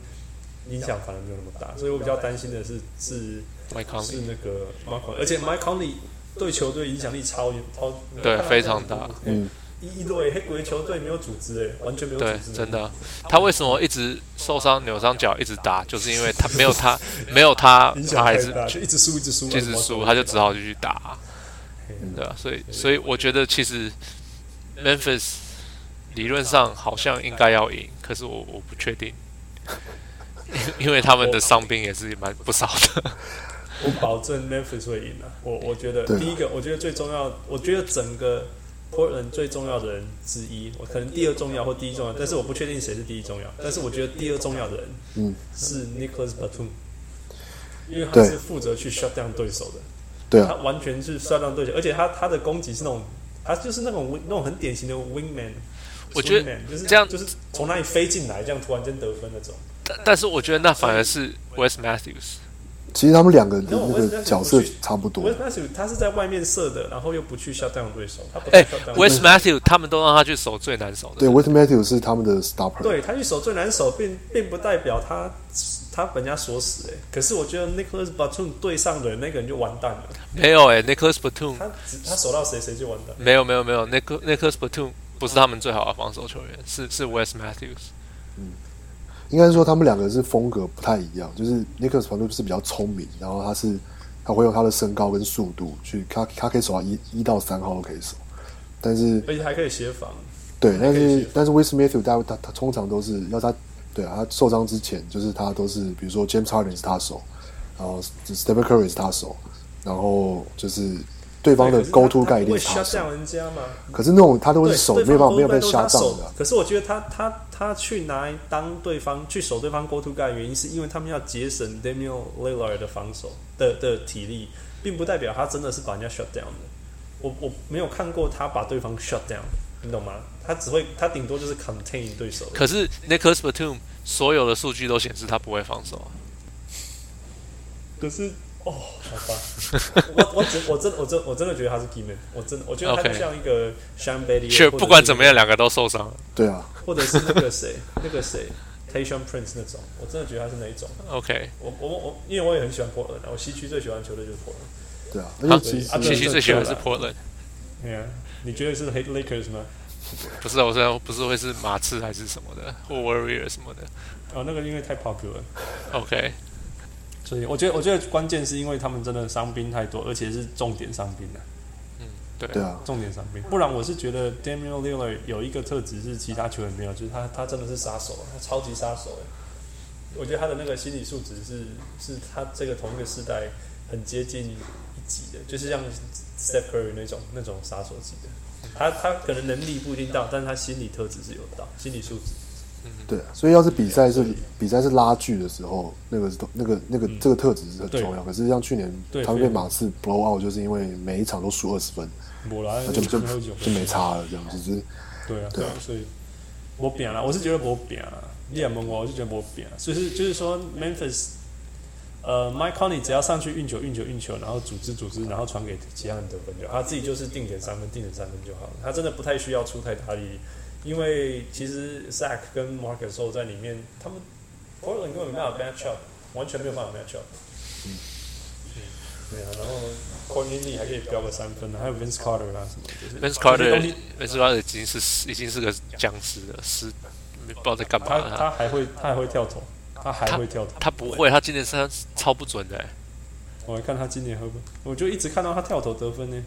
影响反而没有那么大，所以我比较担心的是是
，Mike
是
Conley，
那个 Mike Conley，而且 Mike Conley 对球队影响力超超
对，非常大，
嗯，
一一队黑鬼球队没有组织哎、完全没有组
对
织，，
真的啊。他为什么一直受伤、扭伤脚，一直打，就是因为他没有他，没有他
影，
他
响
还
太
是
大，就一直输一直输，
一直输，他就只好就去打
嘿，
对啊。所以，所以我觉得其实 Memphis 理论上好像应该要赢，可是我我不确定。 因因为他们的伤兵也是蛮不少的，
我保证 Memphis 会赢的、我我觉得
对啊
第一个，我觉得最重要，我觉得整个 Portland 最重要的人之一，我可能第二重要或第一重要，但是我不确定谁是第一重要。但是我觉得第二重要的人，
嗯，
是 Nicholas Batum，因为他
对
是负责去 shut down 对手的。
对啊
他，完全是摔断对手，而且他他的攻击是那种，他就是那种 wing- 那种很典型的 wingman。
我觉得
swingman，就是
这样
就是从哪里飞进来，这样突然间得分那种。
但但是我觉得那反而是 West Matthews，
其实他们两个的
那我
那个角色差不多
我，那时他是在外面射的，然后又不去 shut down 对手，他不去
哎
shut down 对手
，West Matthew 他们都让他去守最难守的。
对 w i t Matthew 是他们的 stopper，
对他去守最难守，并并不代表他他把人家锁死哎、可是我觉得 Nicholas Batum 对上的人那个人就完蛋了，
没有哎、n i c h o l a s Batum
他只他守到谁谁就完蛋。
没有没有没有 n i c h o l a s Batum 不是他们最好的防守球员，是是 Wes Matthews。
应该是说他们两个是风格不太一样，就是 Nicholas 团队是比较聪明，然后他是他会用他的身高跟速度去，他他可以守到一一到三号都可以守，但是
而且还可以协防，
对，但
可以啊
是
写
但是 Will Smith 大他他通常都是要他对啊，他受伤之前就是他都是比如说 James Harden 是他守，然后 Stephen Curry 是他守，然后就是对方的勾突概念
会
是他
shut
守
down，人家嘛？
可是那种他都
对，
是守，
对
没
方 go
有办法没有被
to guy 都是
下
他
上
守
的啊，
可是我觉得他他他去拿来当对方去守对方 go to guy 的原因是因为他们要节省 Damian Lillard 的防守的的体力，并不代表他真的是把人家 shut down 的。我我没有看过他把对方 shut down，你懂吗？他只会他顶多就是 contain 对手。
可是 Nicholas Batum 所有的数据都显示他不会防守啊，
可是哦，好吧，我我只我真我真我真的觉得他是 key man，我真的我觉得他就
OK
像一个 Sean Bailey，
却
或者
不管
是
怎么样，两个都受伤了。
对啊，
或者是那个谁，那个谁，Tayshaun Prince 那种，我真的觉得他是那一种。
OK，
我我我，因为我也很喜欢 Portland，啊我西区最喜欢的球队就是 Portland。
对啊，
好
而且其
啊
实
对
七七最喜欢是
对啦
Portland，
对啊，你觉得是 Hate Lakers 吗？
不是啊我虽然不是会是马刺还是什么的，或 Warrior 什么的。
哦，那个因为太 popular，了
OK，
所以我觉得我觉得关键是因为他们真的伤兵太多，而且是重点伤兵啊，
对
对啊，
重点伤兵。不然我是觉得 Damian Lillard 有一个特质是其他球员没有，就是他他真的是杀手，啊他超级杀手哎。我觉得他的那个心理素质是是他这个同一个世代很接近一级的，就是像 Steph Curry 那种那种杀手级的。他他可能能力不一定到，但是他心理特质是有到，心理素质。
对啊，所以要是比赛是比赛是拉锯的时候，那个是那个那个这个特质是很
嗯对
重要。可是像去年
对
他们
非
被
常
马刺 blow out，就是因为每一场都输二十分，
我啦，
那就就
喝酒
就没。差了，这样就是
对啊，
对
对
啊
啊，所以我扁了，我是觉得我扁了。你也问我，我就觉得我扁了。就是就是说，Memphis，呃，Mike Conley 只要上去运球、运球、运球，然后组织、组织，然后传给其他人得分就好，他自己就是定点三分、定点三分就好了。他真的不太需要出太大力，因为其实 Zach 跟 Marcus o 在里面，他们 Portland 根本没办法 match up，完全没有办法 match up。嗯，对啊，然后 Courtney Lee 还可以飙个三分啊，还有 Vince Carter 啊什么的，就是
Vince
这些东西
Carter，Vince Carter 已经是已经是个僵尸了，是不知道在干嘛
他
了。
他还会他还会跳投，他还会跳投。
他不会，他今年三超不准的欸。
我来看他今年会不会，我就一直看到他跳投得分呢。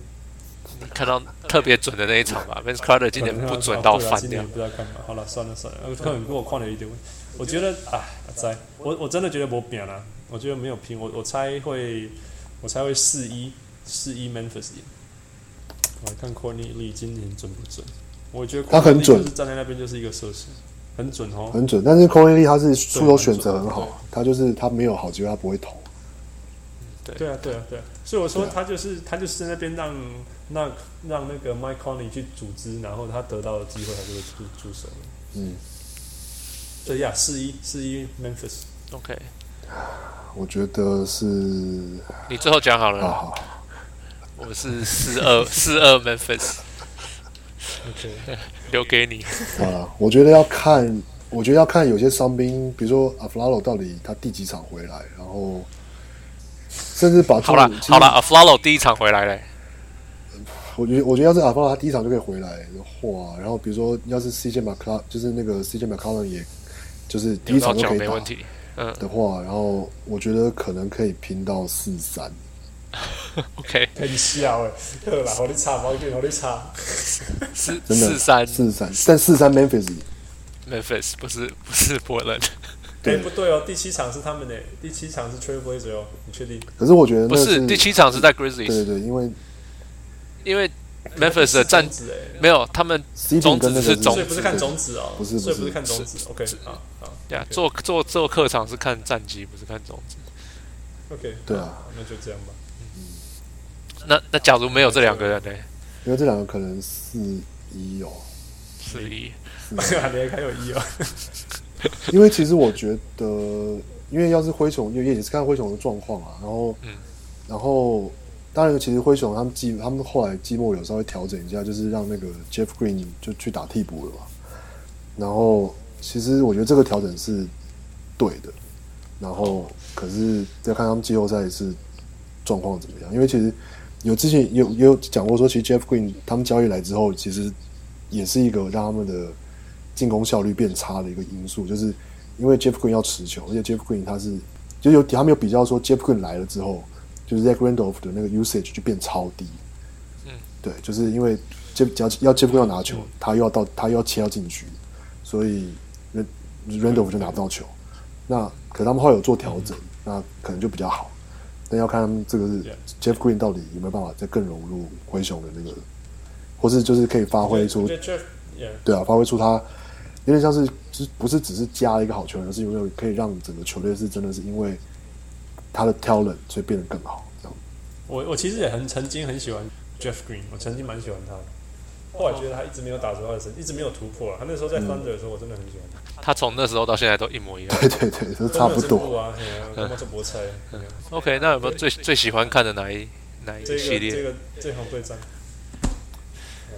你看到特别准的那一场吧，Vince Carter 今年不准到翻
啊今
掉
年。不知道干嘛。好了，算了算了，呃可能跟我矿了一点问题。我觉得，哎，阿仔，我我真的觉得我扁了，我觉得没有拼，我我猜会，我猜会四一四一 Memphis 赢。我来看 Courtney Lee 今年准不准？我觉得
他很
Courtney Lee
准
就是站在那边就是一个射手，很准哦。
很准。但是 c o l i n Lee 他是出手
很
选
准
择很
对
好，他就是他没有好机会他不会投。
对啊，对啊，对啊，所以我说
对啊
他就是、他就是在那边让让让那个 Mike Conley 去组织，然后他得到的机会，他就会出出手了。
嗯，
对呀，四一四一 Memphis，
OK，
我觉得是
你最后讲好
啊
了，
好，
我是四二四二 Memphis，留给你。
好了，啊我觉得要看，我觉得要看有些伤兵，比如说阿弗拉罗到底他第几场回来，然后甚至把
好了
其实
好了 a f l a l o 第一场回来嘞，
我觉得，我觉得要是阿方他第一场就可以回来的话，然后比如说要是 CJ m c c l 就是那个 CJ m c c l 也就是第
有
一
到
场就
脚
可以
没
打
问题。嗯
的话，然后我觉得可能可以拼到四三。
，OK，
很笑哎，对 啦，我的差，我给我的差，
四
真的
四三
四三，但四三 Memphis
Memphis 不是不是 Portland，
哎
对
不对哦，第七场是他们的，第七场是 Trailblazer 哦，你确定？
可是我觉得
不
那
是第七场是在
对对
Grizzlies，
对，因为
因为 Memphis 的战
子哎，
没有他们
C
种
D
子
跟那个
是种
所以不是看种
子
子哦，
不是不是
所以不是看种子，OK 啊啊
呀做做做客场是看战绩，不是看种子。
，OK，
对啊，
那就这样吧。
那那假如没有这两个人呢？
对，因为这两个可能四一哦。
四一，
嗯
你 还有一哦，
因为其实我觉得，因为要是灰熊，因为也是看灰熊的状况啊。然后，
嗯
然后当然，其实灰熊他们季他们后来季末有稍微调整一下，就是让那个 Jeff Green 就去打替补了嘛。然后，其实我觉得这个调整是对的，然后可是要看他们季后赛是状况怎么样，因为其实有之前也有也有讲过说，其实 Jeff Green 他们交易来之后，其实也是一个让他们的进攻效率变差的一个因素，就是因为 Jeff Green 要持球，而且 Jeff Green 他是就有他们有比较说 Jeff Green 来了之后，就是 Zach Randolph 的那个 usage 就变超低，
嗯，
对，就是因为 Jeff 只要要 Jeff Green 要拿球，他又要到他又要切到禁区，所以 Ran- Randolph 就拿不到球。那可他们后来有做调整，那可能就比较好。但要看他们这个是
Yeah.
Jeff Green 到底有没有办法再更融入灰熊的那个，或是就是可以发挥出
我觉得 Jeff yeah
对啊，发挥出他有点像是是不是只是加了一个好球员，而是有没有可以让整个球队是真的是因为他的 talent 所以变得更好这样。
我我其实也很曾经很喜欢 Jeff Green，我曾经蛮喜欢他的。后来觉得他一直没有打出他的神，一直没有突破啊。他那时候在 Thunder 的时候，我真的很喜欢他。
他从那时候到现在都一模一样。
对对对，都
都
差
没有
不
进
多。
步啊，嘿啊他妈这菠菜。嘿啊
OK，那有没有最最喜欢看的哪一哪一
这
个
个
系列？
这个这行对战，呃，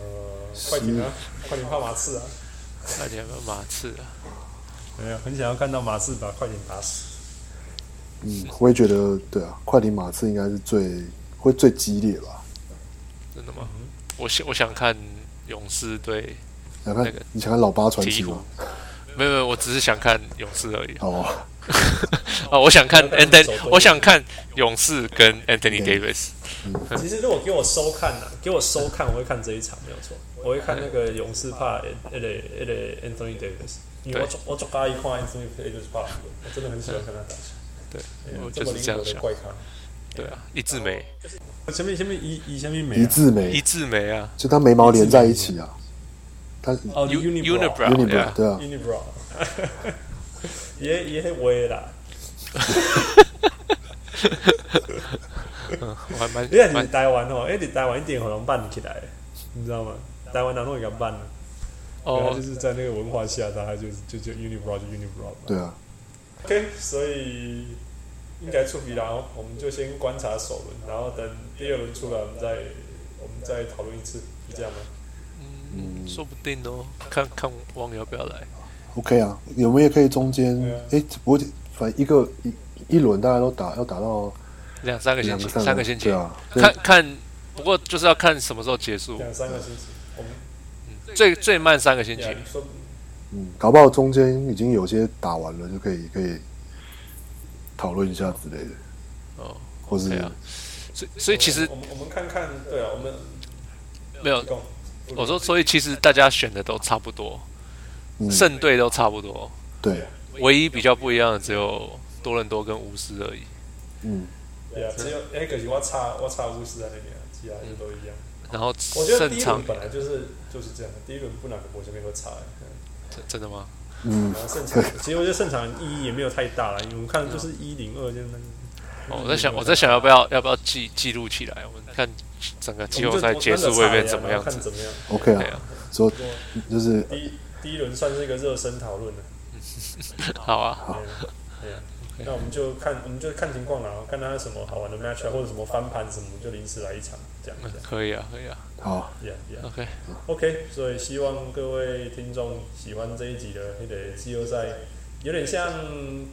快点啊，快点泡马刺啊！
那你有没有马刺啊？
没有，很想要看到马刺把快点打死。
嗯，我也觉得对啊，快艇马刺应该是最会最激烈吧。
真的吗？
嗯
我想我想看勇士对，
想看、
那个
你想看老八传奇
鹈鹕
吗？
没有没有，我只是想看勇士而已。
哦，
啊，我想看
我要看
Anthony，
手背
我想看勇士跟 Anthony
Okay
Davis。
其实如果给我收看呢、啊，给我收看，我会看这一场没有错。我会看那个勇士怕那个那个 Anthony Davis，因为我
对
我抓他一看 Anthony Davis 怕死我真的很喜欢看他打球。
对
哎呀，
我
这
嗯就
么
是
灵
这样
活的
想。
怪哦咖。
对啊，一字眉，
前面前面以以前面没
一
啊
字
一
眉，
字眉啊
就他眉毛连在一起啊。他
哦
U-
Unibrow
Unibrow，对
Unibrow
啊，
对啊，
Unibrow，也也很歪啦。
我还蛮
因为你
蛮
台湾哦，哎，你台湾一点可能办起来，你知道吗？台湾哪弄一个办呢？他就
哦，
是在那个文化下，大家就是就就 Unibrow 就 Unibrow 嘛。
对啊，
OK，所以应该触笔啦，我们就先观察首轮，然后等第二轮出来，我们再我们再讨论一次，是这样吗？
嗯，说不定哦，看看汪要不要来。
OK 啊，我们也可以中间
对啊
哎、不过反正一个一一轮大家都打要打到
两三个星
两
期，
个三
三个星期
对，啊，对
看看，不过就是要看什么时候结束，
两三个星期，我们
最最慢三个星期
两，说
嗯，搞不好中间已经有些打完了，就可以可以讨论一下之类的，
哦，
或是
对啊，所以所以其实
我们我们看看，对啊，我们
没有
提，供
我说所以其实大家选的都差不多，
嗯，
胜队都差不多，
对，
唯一比较不一样的只有多伦多跟巫师而已。
嗯，
对啊，只有哎，可惜我差我差巫师在那边啊，其他就都一样。
然后
我觉得
胜
第一
场
轮本来就是就是这样，第一轮不哪个国家没有差、嗯
真真的吗？
嗯，
然后胜场， 其实我觉得胜场意义也没有太大了，因为我们看
嗯
就是一零二就是那个。
哦，我在想，我在想要不要要不要记记录起来，我们看整个季后赛结束会变怎么样
看
子。
怎么样。
OK
对
啊，
啊，
说就是
第一第一轮算是一个热身讨论了，
好啊，
对啊对啊那我们就看我们就看情况啦，看他有什么好玩的 match 啊，或者什么翻盘什么，就临时来一场这样
嗯
这样
可以啊，可以啊。
好，
这样这样。
OK，
OK，所以希望各位听众喜欢这一集的那个季后赛，有点像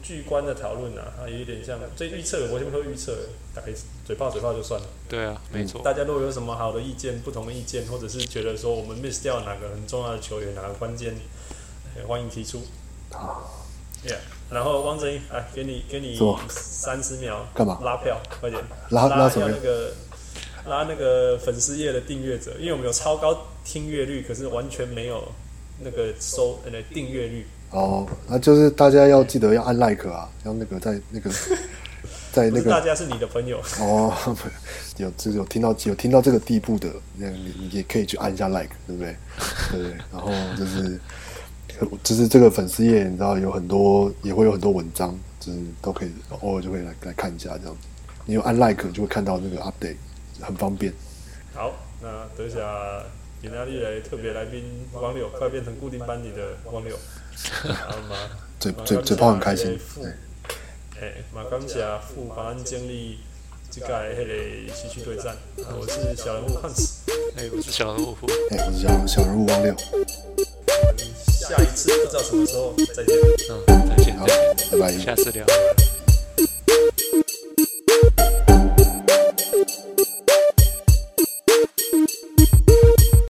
巨观的讨论啊，啊有点像这预测，我先不说预测，大概嘴炮嘴炮就算了。
对啊，没错。
嗯
大家如果有什么好的意见、不同的意见，或者是觉得说我们 miss 掉哪个很重要的球员、哪个关键，呃欢迎提出。
好，
Yeah，然后汪正英，来给你给你
什么
三十秒，
干嘛
拉票，快点
拉
拉
拉什
要
么
那个拉那个粉丝页的订阅者，因为我们有超高听阅率，可是完全没有那个收呃订阅率。
哦，那就是大家要记得要按 like 啊，要那个在那个在
不
哎那
是大
个
家是你的朋友，
哦，有这有听到有听到这个地步的，那你你也可以去按一下 like，对不对？对不对，然后就是就是这个粉丝页，你知道有很多也会有很多文章，就是都可以偶尔就会来来看一下这样子。你有按 like 就会看到那个 update，很方便。
好，那等一下给大家来特别来宾汪六，快变成固定班底的汪 六，好吗？
嘴嘴嘴炮很开心，对，
诶，哎马钢侠副保安经理，这个迄个西区对战，啊，我是小人物 Hans，
哎、我是小人物。
哎、我是小小人物汪六，
下一次不知道什么时候再见。
嗯，再见，
好
再见，，
拜拜。
下次聊。
拜拜